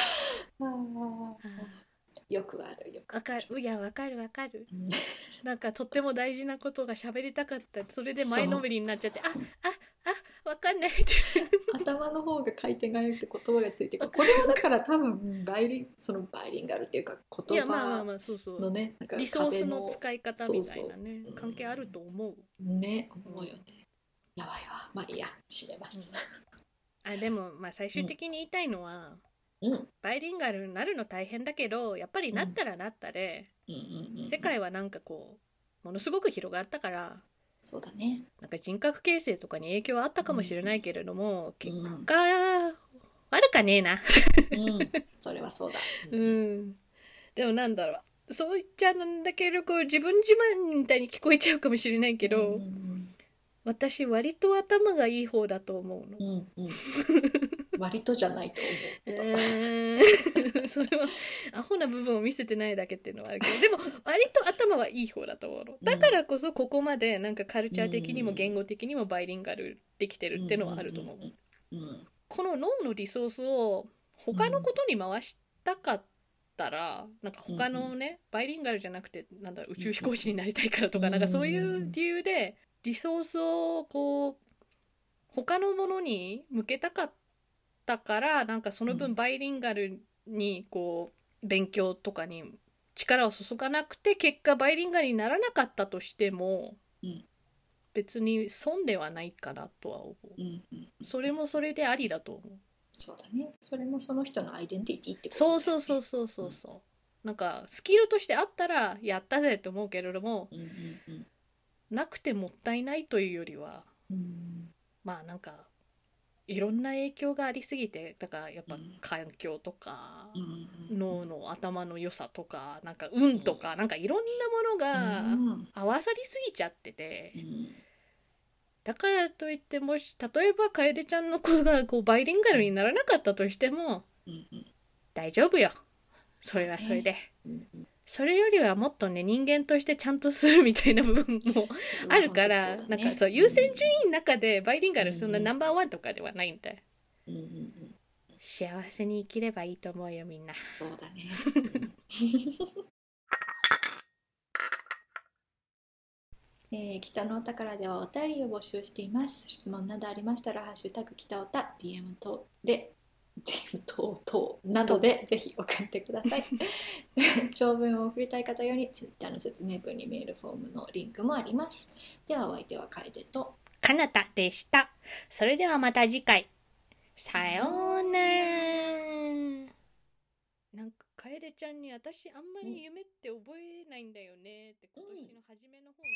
B: よくあるよくあ
A: わかる。いや、わかるわかる。
B: るうん
A: なんかとっても大事なことが喋りたかった。それで前のめりになっちゃって、あ、あ、あ、わかんないって。
B: 頭の方が回転が良くて言葉がついてくる
A: わ
B: こ
A: か
B: れはだから多分バイリンそのバイリンガルっていうか
A: い
B: 言
A: や、まあまあ
B: 葉
A: まあ、そうそう
B: の。ねなんか
A: リソースの
B: 壁
A: 使い方みたいなね
B: そうそうう、ん
A: 関係あると思う。
B: ね思うよねやばいわまあいいや閉めます
A: あ、でも、まあ、最終的に言いたいのは、
B: うんうん
A: バイリンガルになるの大変だけど、やっぱりなったらなったで、
B: うんうん
A: 世界はなんかこう、ものすごく広がったから、
B: そうだね
A: なんか人格形成とかに影響はあったかもしれないけれども、
B: うん
A: 結果悪かねえな、
B: うんそれはそうだ
A: ん、でもなんだろうそう言っちゃなんだけどこう自分自慢みたいに聞こえちゃうかもしれないけ
B: け
A: ど、
B: うん
A: 私割と頭がいい方だと思うの
B: う。ん
A: [LAUGHS]
B: うん割とじゃないと思う
A: う
B: けど
A: ーん [LAUGHS] それはアホな部分を見せてないだけっていうのはあるけどでも割と頭はいい方だと思うのだからこそここまでなんかカルチャー的にも言語的にもバイリンガルできてるっていうのはあると思う。
B: うんうん
A: この脳のリソースを他のことに回したかったら、なんか他のね、バイリンガルじゃなくてなんだろう宇宙飛行士になりたいからとか、
B: うん
A: なんかそういう理由でリソースをこう他のものに向けたかったからなんかその
B: う
A: 分バイリンガルにこう勉強とかに力を注がなくて結果バイリンガルにならなかったとしても、
B: うん
A: 別に損ではないかなとは思う
B: うんうん、
A: それもそれでありだと思う
B: そうだねそれもその人のアイデンティティってことだ
A: そ
B: よ
A: う
B: ね
A: そうそうそうそうそうなんかスキルとしてあったらやったぜって思うけれども
B: うんうん
A: なくてもったいないというよりは
B: うんうん
A: まあなんかいろんな影響がありすぎてだからやっぱ
B: うん
A: 環境とか、
B: うん
A: 脳の頭の良さとかなんか運とか、なんかいろんなも
B: う
A: のが
B: ん
A: 合わさりすぎちゃってて、
B: うん
A: だからといってもし例えば楓ちゃんの子がこうバイリンガルにならなかったとしても
B: うんうん
A: 大丈夫よそれはそれで、
B: うんうん
A: それよりはもっとね人間としてちゃんとするみたいな部分も
B: それは
A: あるから、
B: 本当
A: な
B: だ
A: ん
B: ね
A: かそう優先順位の中でバイリンガルそんな
B: うん
A: ナンバーワンとかではないんで、
B: うんうんうん
A: 幸せに生きればいいと思うよみんな。
B: そうだねえー、北のお宝ではお便りを募集しています。質問などありましたら、ハッシュタグ北おた、DM 等で、DM 等々などでぜひ送ってくだ [LAUGHS] さい。長文を送りたい方より、ツイッターの説明文にメールフォームのリンクもあります。では、お相手は楓と。
A: かなたでした。それではまた次回。さようなら。なんか、楓ちゃんに私あんまり夢って覚えないんだよねって今年の初めの方に。